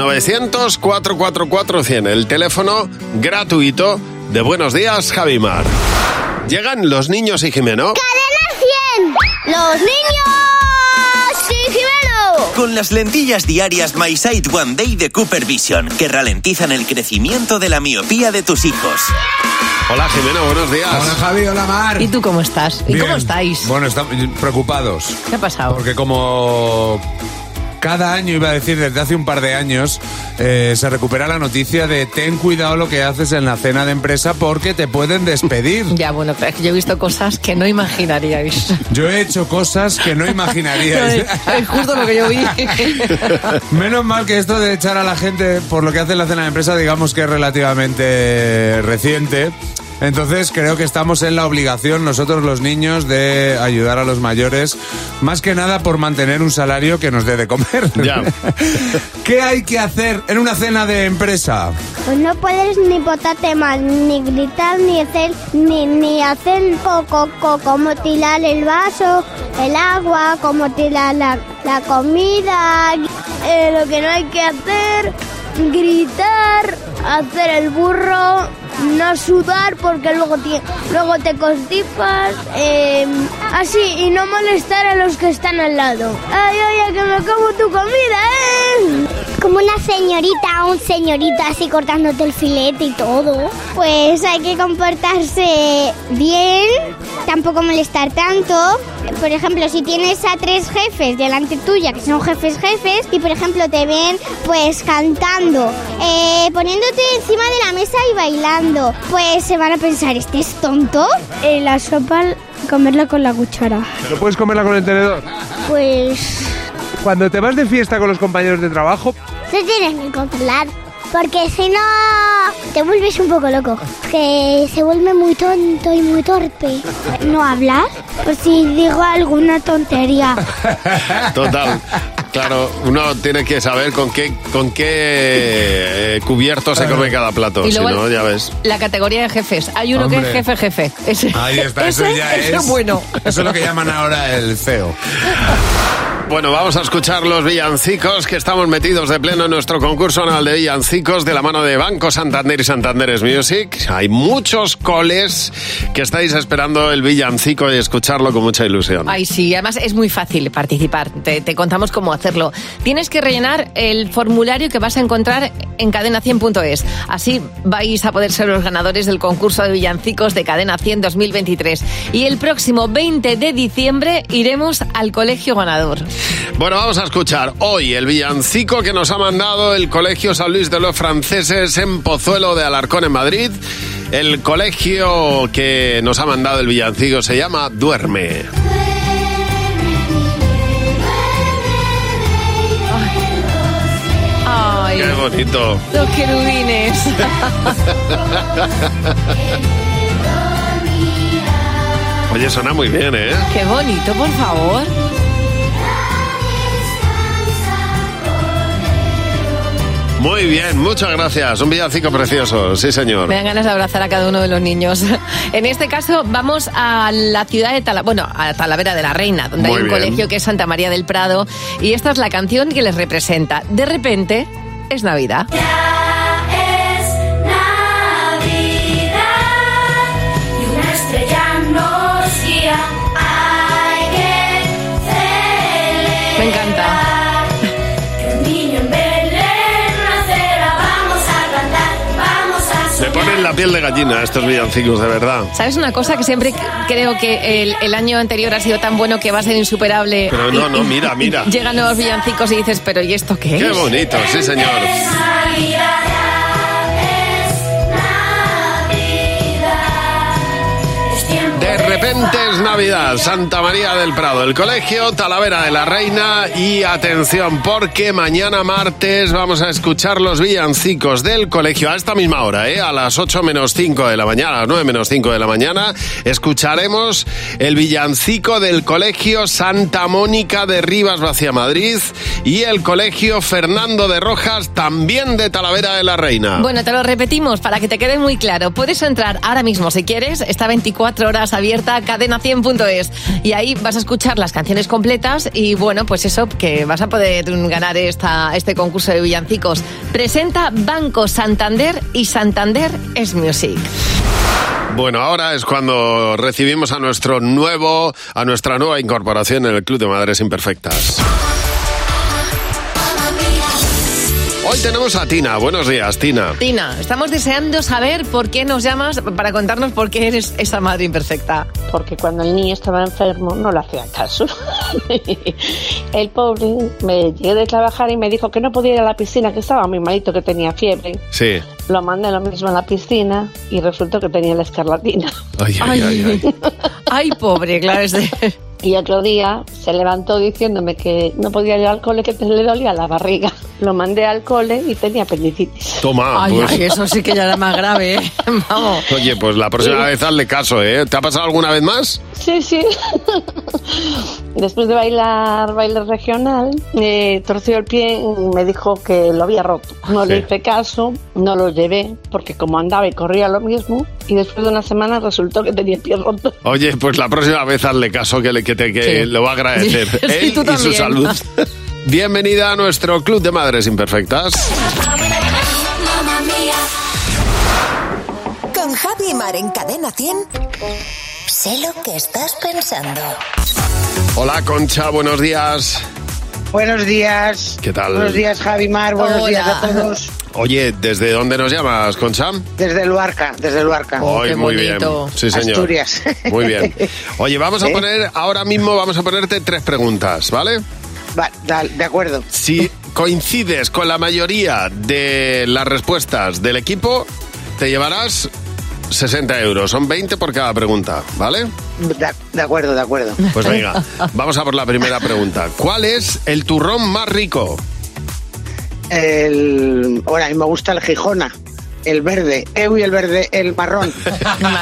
Speaker 3: 900-444-100, el teléfono gratuito de Buenos Días, Javimar. Llegan los niños y Jimeno.
Speaker 7: ¡Los niños! ¡Sí, Jimeno!
Speaker 9: Con las lentillas diarias My Sight One Day de Cooper Vision, que ralentizan el crecimiento de la miopía de tus hijos.
Speaker 3: Hola Jimeno, buenos días.
Speaker 24: Hola Javi, hola Mar.
Speaker 4: ¿Y tú cómo estás? ¿Y
Speaker 24: Bien.
Speaker 4: cómo estáis?
Speaker 24: Bueno, estamos preocupados.
Speaker 4: ¿Qué ha pasado?
Speaker 24: Porque como cada año, iba a decir, desde hace un par de años, eh, se recupera la noticia de ten cuidado lo que haces en la cena de empresa porque te pueden despedir.
Speaker 4: Ya, bueno, pero es que yo he visto cosas que no imaginaríais.
Speaker 24: Yo he hecho cosas
Speaker 4: [LAUGHS]
Speaker 24: que no imaginaríais.
Speaker 4: Es justo lo que yo
Speaker 3: [LAUGHS]
Speaker 4: vi.
Speaker 24: [LAUGHS] Menos mal que esto de echar a la gente por lo que hace la cena de empresa, digamos que es relativamente reciente. Entonces creo que estamos en la obligación nosotros los niños de ayudar a los mayores, más que nada por mantener un salario que nos dé de comer. [LAUGHS] ¿Qué hay que hacer en una cena de empresa?
Speaker 26: Pues no puedes ni botarte mal, ni gritar, ni hacer, ni, ni hacer coco, coco, como tirar el vaso, el agua, como tirar la, la comida. Eh, lo que no hay que hacer, gritar, hacer el burro, no sudar porque luego te, luego te constipas. eh, así, y no molestar a los que están al lado. Ay, oye, que me como tu comida, ¿eh? Como una señorita o un señorito así cortándote el filete y todo. Pues hay que comportarse bien, tampoco molestar tanto. Por ejemplo, si tienes a tres jefes delante tuya, que son jefes jefes, y por ejemplo te ven pues cantando, eh, poniéndote encima de la mesa y bailando, pues se van a pensar, ¿este es tonto? Eh, la sopa, comerla con la cuchara.
Speaker 27: ¿No puedes comerla con el tenedor?
Speaker 26: Pues
Speaker 27: Cuando te vas de fiesta con los compañeros de trabajo,
Speaker 26: te tienes que controlar. porque si no te vuelves un poco loco, que se vuelve muy tonto y muy torpe. No hablar, por si digo alguna tontería.
Speaker 3: [LAUGHS] Total. Claro, uno tiene que saber con qué, con qué eh, cubierto se come cada plato.
Speaker 4: Y
Speaker 3: Si
Speaker 4: luego
Speaker 3: no,
Speaker 4: el-
Speaker 3: ya ves.
Speaker 4: La categoría de jefes. Hay uno que
Speaker 3: Hombre.
Speaker 4: es jefe, jefe. Ese-
Speaker 24: Ahí
Speaker 4: [LAUGHS]
Speaker 24: está, eso
Speaker 4: ese-
Speaker 24: ya es.
Speaker 4: ese bueno.
Speaker 24: Eso es lo que llaman ahora el feo.
Speaker 3: [LAUGHS] Bueno, vamos a escuchar los villancicos que estamos metidos de pleno en nuestro concurso anual de villancicos de la mano de Banco Santander y Santanderes Music. Hay muchos coles que estáis esperando el villancico y escucharlo con mucha ilusión.
Speaker 4: Ay, sí, además es muy fácil participar. Te, te contamos cómo hacerlo. Tienes que rellenar el formulario que vas a encontrar en cadena100.es. Así vais a poder ser los ganadores del concurso de villancicos de Cadena 100 2023. Y el próximo 20 de diciembre iremos al colegio ganador.
Speaker 3: Bueno, vamos a escuchar hoy el villancico que nos ha mandado el Colegio San Luis de los Franceses en Pozuelo de Alarcón, en Madrid. El colegio que nos ha mandado el villancico se llama Duerme.
Speaker 4: Ay,
Speaker 3: Qué bonito.
Speaker 4: los
Speaker 24: [LAUGHS]
Speaker 4: querubines.
Speaker 3: Oye, suena muy bien, ¿eh?
Speaker 4: Qué bonito, por favor.
Speaker 3: Muy bien, muchas gracias. Un villancico precioso, sí señor.
Speaker 4: Me dan ganas de abrazar a cada uno de los niños. [LAUGHS] En este caso, vamos a la ciudad de Talavera, bueno, a Talavera de la Reina, donde
Speaker 3: Muy
Speaker 4: hay un
Speaker 3: bien.
Speaker 4: colegio que es Santa María del Prado, y esta es la canción que les representa. De repente, es Navidad.
Speaker 1: Es Navidad y una estrella nos guía. Hay que celebrar.
Speaker 4: Me encanta.
Speaker 1: Que un niño en Belén nacerá. Vamos a cantar, vamos a
Speaker 3: Me
Speaker 1: soñar.
Speaker 3: ponen la piel de gallina estos villancicos, de verdad.
Speaker 4: ¿Sabes una cosa que siempre creo que el, el año anterior ha sido tan bueno que va a ser insuperable?
Speaker 3: Pero no, no, mira, mira.
Speaker 4: Llegan nuevos villancicos y dices, pero ¿y esto qué es?
Speaker 3: Qué bonito, sí señor.
Speaker 1: Es Navidad, es Navidad. Es tiempo
Speaker 3: De repente es Navidad, Santa María del Prado, el colegio, Talavera de la Reina y atención porque mañana martes vamos a escuchar los villancicos del colegio a esta misma hora, ¿eh? a las 8 menos 5 de la mañana, a las 9 menos 5 de la mañana, escucharemos el villancico del colegio Santa Mónica de Rivas Vacia Madrid y el colegio Fernando de Rojas también de Talavera de la Reina.
Speaker 4: Bueno, te lo repetimos para que te quede muy claro. Puedes entrar ahora mismo si quieres. Está 24 horas abierta cadena100.es y ahí vas a escuchar las canciones completas y bueno, pues eso, que vas a poder ganar esta, este concurso de villancicos. Presenta Banco Santander y Santander es Music.
Speaker 3: Bueno, ahora es cuando recibimos a nuestro nuevo, a nuestra nueva incorporación en el Club de Madres Imperfectas. Hoy tenemos a Tina. Buenos días, Tina.
Speaker 4: Tina, estamos deseando saber por qué nos llamas para contarnos por qué eres esa madre imperfecta.
Speaker 10: porque cuando el niño estaba enfermo no le hacía caso. [LAUGHS] el pobre me llegué de trabajar y me dijo que no podía ir a la piscina, que estaba mi malito, que tenía fiebre.
Speaker 3: Sí.
Speaker 10: Lo mandé lo mismo a la piscina y resultó que tenía la escarlatina.
Speaker 3: Ay, ay, ay, ay.
Speaker 4: Ay, pobre, claro. es de-
Speaker 10: [LAUGHS] Y otro día se levantó diciéndome que no podía ir al cole, que le dolía la barriga. Lo mandé al cole y tenía apendicitis.
Speaker 3: Toma,
Speaker 10: Ay,
Speaker 3: pues.
Speaker 10: ay, eso
Speaker 4: sí que ya era más grave,
Speaker 10: [LAUGHS]
Speaker 4: ¿eh? Vamos.
Speaker 3: Oye, pues la próxima
Speaker 10: Sí.
Speaker 3: vez hazle caso, ¿eh? ¿Te ha pasado alguna vez más?
Speaker 10: Sí, sí. [LAUGHS] Después de bailar baile regional, me torció el pie y me dijo que lo había roto. No le
Speaker 11: Sí.
Speaker 10: hice caso, no lo llevé, porque como andaba y corría lo mismo, y después de una semana resultó que tenía el pie roto.
Speaker 3: Oye, pues la próxima vez hazle caso que, le, que te, que
Speaker 10: Sí.
Speaker 3: lo va a
Speaker 10: [LAUGHS]
Speaker 3: agradecer.
Speaker 10: Sí,
Speaker 3: Él
Speaker 10: tú
Speaker 3: y su
Speaker 10: también.
Speaker 3: salud. [LAUGHS] Bienvenida a nuestro Club de Madres Imperfectas.
Speaker 23: Mamma mía. Con Javi y Mar en Cadena 100. Sé lo que estás pensando.
Speaker 3: Hola, Concha, buenos días.
Speaker 12: Buenos días.
Speaker 3: ¿Qué tal?
Speaker 12: Buenos días, Javi Mar. Buenos
Speaker 3: Hola.
Speaker 12: días a todos.
Speaker 3: Oye, ¿desde dónde nos llamas, Concha?
Speaker 12: Desde Luarca, desde Luarca.
Speaker 4: Oh,
Speaker 3: Ay, muy bien. Sí, señor.
Speaker 12: Asturias.
Speaker 3: Muy bien. Oye, vamos a
Speaker 12: ¿Eh?
Speaker 3: poner, ahora mismo vamos a ponerte tres preguntas, ¿vale?
Speaker 12: Va, dale, de acuerdo.
Speaker 3: Si coincides con la mayoría de las respuestas del equipo, te llevarás 60 euros. Son 20 por cada pregunta, ¿vale?
Speaker 12: [LAUGHS] De, de acuerdo, de acuerdo.
Speaker 3: Pues
Speaker 12: [LAUGHS]
Speaker 3: venga, vamos a por la primera pregunta. ¿Cuál es el turrón más rico?
Speaker 12: el. Ahora, a mí me gusta el Gijona. El verde, eu y el verde, el
Speaker 4: [LAUGHS]
Speaker 12: marrón.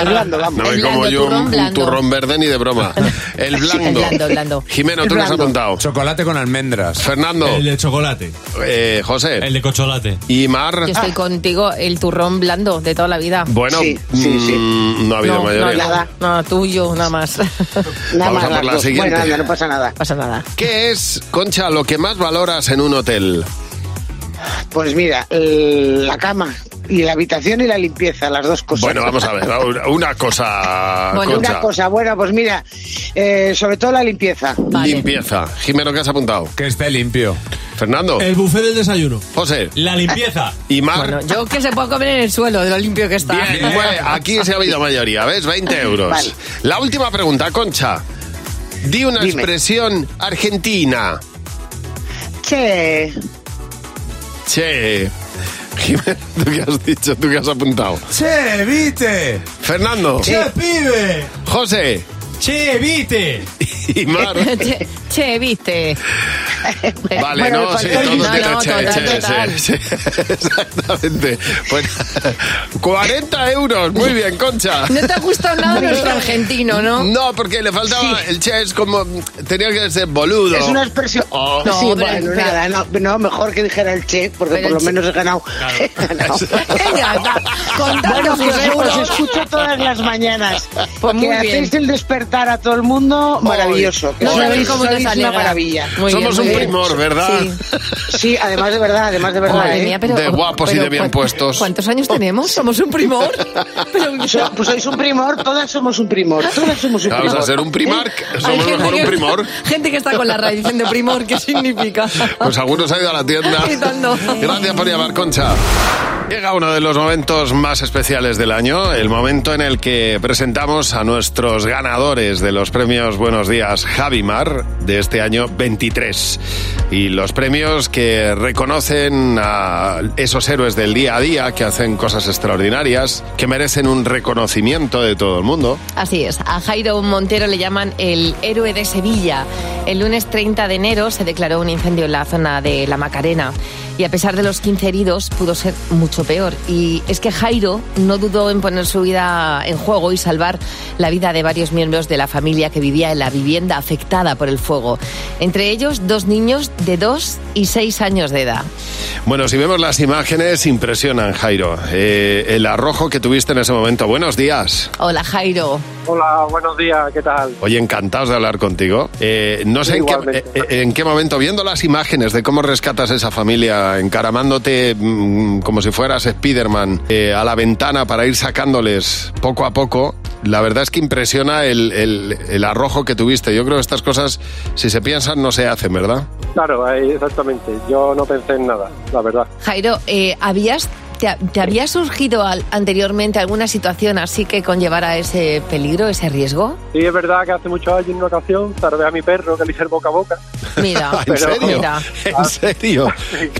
Speaker 12: El blando, vamos.
Speaker 3: No me como yo un- un, turrón verde ni de broma. El blando.
Speaker 12: [LAUGHS] el blando, el blando.
Speaker 3: Jimeno,
Speaker 12: El
Speaker 3: tú nos has
Speaker 12: blando.
Speaker 3: apuntado. Chocolate con almendras. Fernando. El
Speaker 5: de chocolate.
Speaker 3: Eh, José. El
Speaker 8: de cocholate.
Speaker 3: Y Mar. Ah,
Speaker 4: Yo
Speaker 3: [LAUGHS]
Speaker 4: estoy contigo, el turrón blando de toda la vida.
Speaker 3: Bueno, mm, no ha habido
Speaker 4: no,
Speaker 3: mayoría.
Speaker 4: no, nada. No, tuyo, nada más. [LAUGHS]
Speaker 3: Vamos a por la siguiente.
Speaker 12: pasa nada.
Speaker 4: Pasa nada.
Speaker 3: ¿Qué es, Concha, lo que más valoras en un hotel?
Speaker 12: Pues mira, el- la cama y la habitación y la limpieza, las dos cosas.
Speaker 3: Bueno, vamos a ver, una- una cosa, Concha.
Speaker 12: [LAUGHS] una cosa, bueno, pues mira, eh, sobre todo la limpieza.
Speaker 3: Limpieza. Jimeno, ¿qué has apuntado? Que esté limpio. Fernando.
Speaker 5: El buffet del desayuno.
Speaker 3: José.
Speaker 8: La limpieza.
Speaker 3: Y Mar.
Speaker 4: Bueno, yo que se puedo comer en el suelo, de lo limpio que está.
Speaker 3: Bien, bueno, Eh, aquí se ha habido mayoría, ¿ves? 20 euros.
Speaker 4: Vale.
Speaker 3: La última pregunta, Concha. Di una expresión argentina.
Speaker 12: Che.
Speaker 3: Che. Jimena, ¿tú qué has dicho? ¿Tú qué has apuntado?
Speaker 24: Che, vite.
Speaker 3: Fernando.
Speaker 24: Che, pibe.
Speaker 3: José.
Speaker 8: Che, vite.
Speaker 3: Y Mar.
Speaker 4: [LAUGHS] che, che, viste.
Speaker 3: Vale,
Speaker 4: Eh, Bueno,
Speaker 12: pues,
Speaker 3: no, sí,
Speaker 4: parece-
Speaker 3: todo
Speaker 4: No,
Speaker 3: tiene
Speaker 4: no,
Speaker 3: che,
Speaker 4: total,
Speaker 3: che,
Speaker 4: total.
Speaker 3: sí, sí, [LAUGHS] exactamente. Pues, 40 euros, muy bien, Concha.
Speaker 4: No te ha gustado nada nuestro argentino, ¿no?
Speaker 3: No, porque le faltaba el che, es como, tenía que ser boludo.
Speaker 12: Es una expresión.
Speaker 3: Oh.
Speaker 12: sí, bueno, nada, no, no, mejor que dijera el che, porque
Speaker 3: Pero
Speaker 12: por lo
Speaker 3: el che-
Speaker 12: menos he ganado. [LAUGHS] He
Speaker 4: [LAUGHS]
Speaker 12: ganado.
Speaker 4: Venga, va, contadnos
Speaker 12: bueno,
Speaker 4: los
Speaker 12: pues, os
Speaker 4: euros.
Speaker 12: escucho todas las mañanas.
Speaker 4: Pues muy
Speaker 12: que
Speaker 4: bien.
Speaker 12: hacéis el despertar a todo el mundo, maravilloso. Que
Speaker 4: No
Speaker 12: sois-
Speaker 4: sabéis cómo nos
Speaker 12: sois
Speaker 4: alegra.
Speaker 12: una maravilla.
Speaker 4: Muy bien, Somos muy un bien. primor, ¿verdad?
Speaker 12: Sí. Sí, además de verdad, además de verdad.
Speaker 4: Madre
Speaker 12: ¿eh?
Speaker 4: mía, pero- De guapos y pero de bien cuan- puestos. ¿Cuántos años tenemos? Somos un
Speaker 12: [LAUGHS]
Speaker 4: primor.
Speaker 12: So- pues sois un primor, todas somos un primor. Todas somos un primor.
Speaker 3: Vamos a ser
Speaker 4: [LAUGHS]
Speaker 3: un
Speaker 12: [LAUGHS]
Speaker 3: primark, somos
Speaker 4: gente
Speaker 3: mejor un
Speaker 4: que-
Speaker 3: primor.
Speaker 4: Gente que está con la raíz diciendo primor, ¿qué significa?
Speaker 3: Pues algunos ha ido a la tienda.
Speaker 4: Y tanto.
Speaker 3: Gracias por llamar, Concha. Llega uno de los momentos más especiales del año, el momento en el que presentamos a nuestros ganadores de los premios Buenos Días Javimar de este año 23. Y los premios que reconocen a esos héroes del día a día que hacen cosas extraordinarias, que merecen un reconocimiento de todo el mundo.
Speaker 4: Así es, a Jairo Montero le llaman el héroe de Sevilla. El lunes 30 de enero se declaró un incendio en la zona de La Macarena y a pesar de los 15 heridos pudo ser mucho peor. Y es que Jairo no dudó en poner su vida en juego y salvar la vida de varios miembros de la familia que vivía en la vivienda afectada por el fuego. Entre ellos dos niños de 2 y 6 años de edad.
Speaker 3: Bueno, si vemos las imágenes, impresionan, Jairo. Eh, el arrojo que tuviste en ese momento. Buenos días.
Speaker 4: Hola Jairo.
Speaker 11: Hola, buenos días, ¿qué tal?
Speaker 3: Oye, encantados de hablar contigo. Eh, no sé en qué, eh, en qué momento, viendo las imágenes de cómo rescatas esa familia, encaramándote mm, como si fueras Spiderman eh, a la ventana para ir sacándoles poco a poco, la verdad es que impresiona el, el- el arrojo que tuviste. Yo creo que estas cosas, si se piensan, no se hacen, ¿verdad?
Speaker 11: Claro, ahí, exactamente. Yo no pensé en nada, la verdad.
Speaker 4: Jairo, eh, ¿habías, te, ha- te había surgido al- anteriormente alguna situación así que conllevara ese peligro, ese riesgo?
Speaker 11: Sí, es verdad que hace muchos años en una ocasión tardé a mi perro que le hice el boca a boca. [LAUGHS]
Speaker 4: Mira,
Speaker 3: ¿En
Speaker 11: Pero-
Speaker 3: serio?
Speaker 11: Mira.
Speaker 3: [LAUGHS]
Speaker 11: Ah,
Speaker 3: ¿En serio?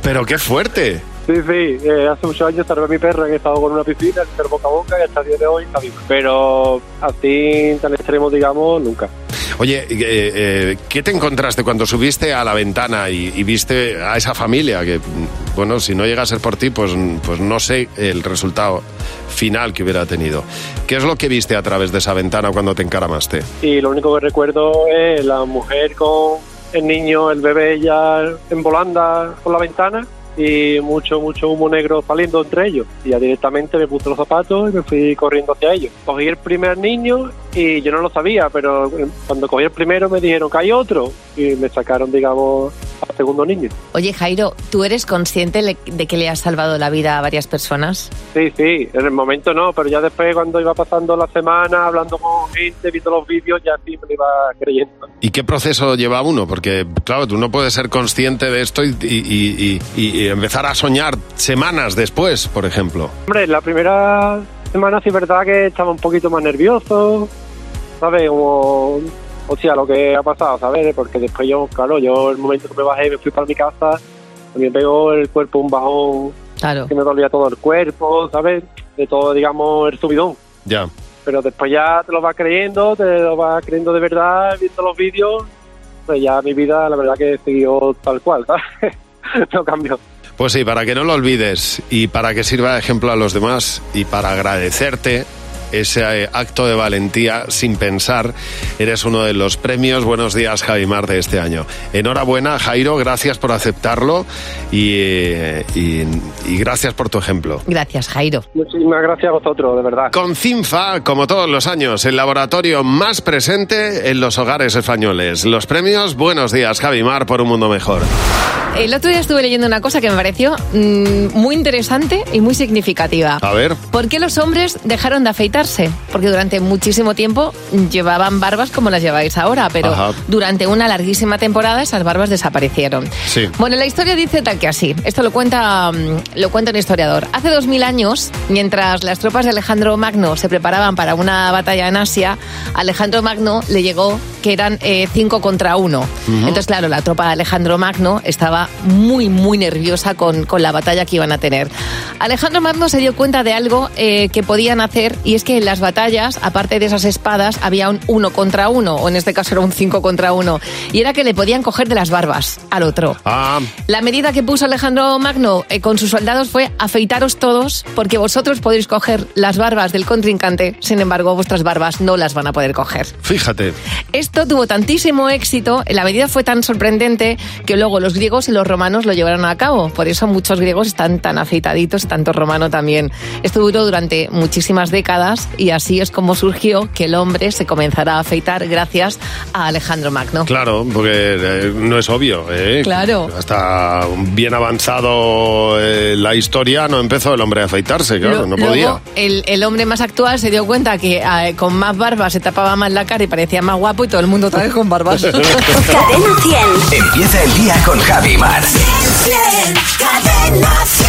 Speaker 3: Pero qué fuerte.
Speaker 11: Sí, sí, eh, hace muchos años tardé a mi perro que estaba con una piscina, le hice el boca a boca y hasta el día de hoy está vivo. Pero así tan extremo, digamos, nunca.
Speaker 3: Oye, eh, eh, ¿qué te encontraste cuando subiste a la ventana y, y viste a esa familia? Que, mm, bueno, si no llega a ser por ti, pues, mm, pues no sé el resultado final que hubiera tenido. ¿Qué es lo que viste a través de esa ventana cuando te encaramaste?
Speaker 11: Y lo único que recuerdo es la mujer con el niño, el bebé ya en volanda por la ventana y mucho, mucho humo negro saliendo entre ellos. Y ya directamente me puse los zapatos y me fui corriendo hacia ellos. Cogí el primer niño y yo no lo sabía, pero cuando cogí el primero me dijeron que hay otro y me sacaron, digamos, al segundo niño.
Speaker 4: Oye, Jairo, ¿tú eres consciente le- de que le has salvado la vida a varias personas?
Speaker 11: Sí, sí, en el momento no, pero ya después cuando iba pasando la semana, hablando con gente, viendo los vídeos, ya sí me lo iba creyendo.
Speaker 3: ¿Y qué proceso lleva uno? Porque, claro, tú no puedes ser consciente de esto y, y- y- y- y empezar a soñar semanas después, por ejemplo.
Speaker 11: Hombre, la primera semana sí es verdad que estaba un poquito más nervioso, ¿sabes? Como, hostia, lo que ha pasado, ¿sabes? Porque después yo, claro, yo el momento que me bajé me fui para mi casa, a mí me pegó el cuerpo un bajón, que me dolía todo el cuerpo, ¿sabes? De todo, digamos, el subidón.
Speaker 3: Ya.
Speaker 11: Pero después ya te lo vas creyendo, te lo vas creyendo de verdad, viendo los vídeos, pues ya mi vida, la verdad que siguió tal cual, ¿sabes? No cambió.
Speaker 3: Pues sí, para que no lo olvides y para que sirva de ejemplo a los demás y para agradecerte ese eh, acto de valentía sin pensar, eres uno de los premios Buenos Días Javimar de este año. Enhorabuena, Jairo, gracias por aceptarlo y, eh, y- y gracias por tu ejemplo.
Speaker 4: Gracias, Jairo.
Speaker 11: Muchísimas gracias a vosotros, de verdad.
Speaker 3: Con CINFA, como todos los años, el laboratorio más presente en los hogares españoles. Los premios Buenos Días Javimar por un mundo mejor.
Speaker 4: El otro día estuve leyendo una cosa que me pareció mm, muy interesante y muy significativa.
Speaker 3: A ver.
Speaker 4: ¿Por qué los hombres dejaron de afeitarse? Porque durante muchísimo tiempo llevaban barbas como las lleváis ahora, pero
Speaker 3: Ajá.
Speaker 4: durante una larguísima temporada esas barbas desaparecieron.
Speaker 3: Sí.
Speaker 4: Bueno, la historia dice tal que así. Esto lo cuenta, mm, lo cuenta un historiador. Hace 2000 años, mientras las tropas de Alejandro Magno se preparaban para una batalla en Asia, a Alejandro Magno le llegó que eran eh, cinco contra uno.
Speaker 13: Ujú.
Speaker 4: Entonces, claro, la tropa de Alejandro Magno estaba muy, muy nerviosa con, con la batalla que iban a tener. Alejandro Magno se dio cuenta de algo eh, que podían hacer y es que en las batallas, aparte de esas espadas, había un uno contra uno, o en este caso era un cinco contra uno, y era que le podían coger de las barbas al otro.
Speaker 3: Ah,
Speaker 4: La medida que puso Alejandro Magno eh, con sus soldados fue afeitaros todos porque vosotros podéis coger las barbas del contrincante, sin embargo vuestras barbas no las van a poder coger.
Speaker 3: fíjate.
Speaker 4: Esto tuvo tantísimo éxito, la medida fue tan sorprendente que luego los griegos y los romanos lo llevaron a cabo. Por eso muchos griegos están tan afeitaditos y tanto romano también. Esto duró durante muchísimas décadas y así es como surgió que el hombre se comenzará a afeitar gracias a Alejandro Magno.
Speaker 3: Claro, porque eh, no es obvio. ¿eh?
Speaker 4: Claro.
Speaker 3: Hasta bien avanzado eh, la historia no empezó el hombre a afeitarse, claro,
Speaker 4: Lo-
Speaker 3: no
Speaker 4: luego,
Speaker 3: podía.
Speaker 4: el, el hombre más actual se dio cuenta que eh, con más barba se tapaba más la cara y parecía más guapo y todo el mundo otra vez con [LAUGHS] barbas.
Speaker 9: Empieza el día con Javi Mar.
Speaker 1: Cadena 100.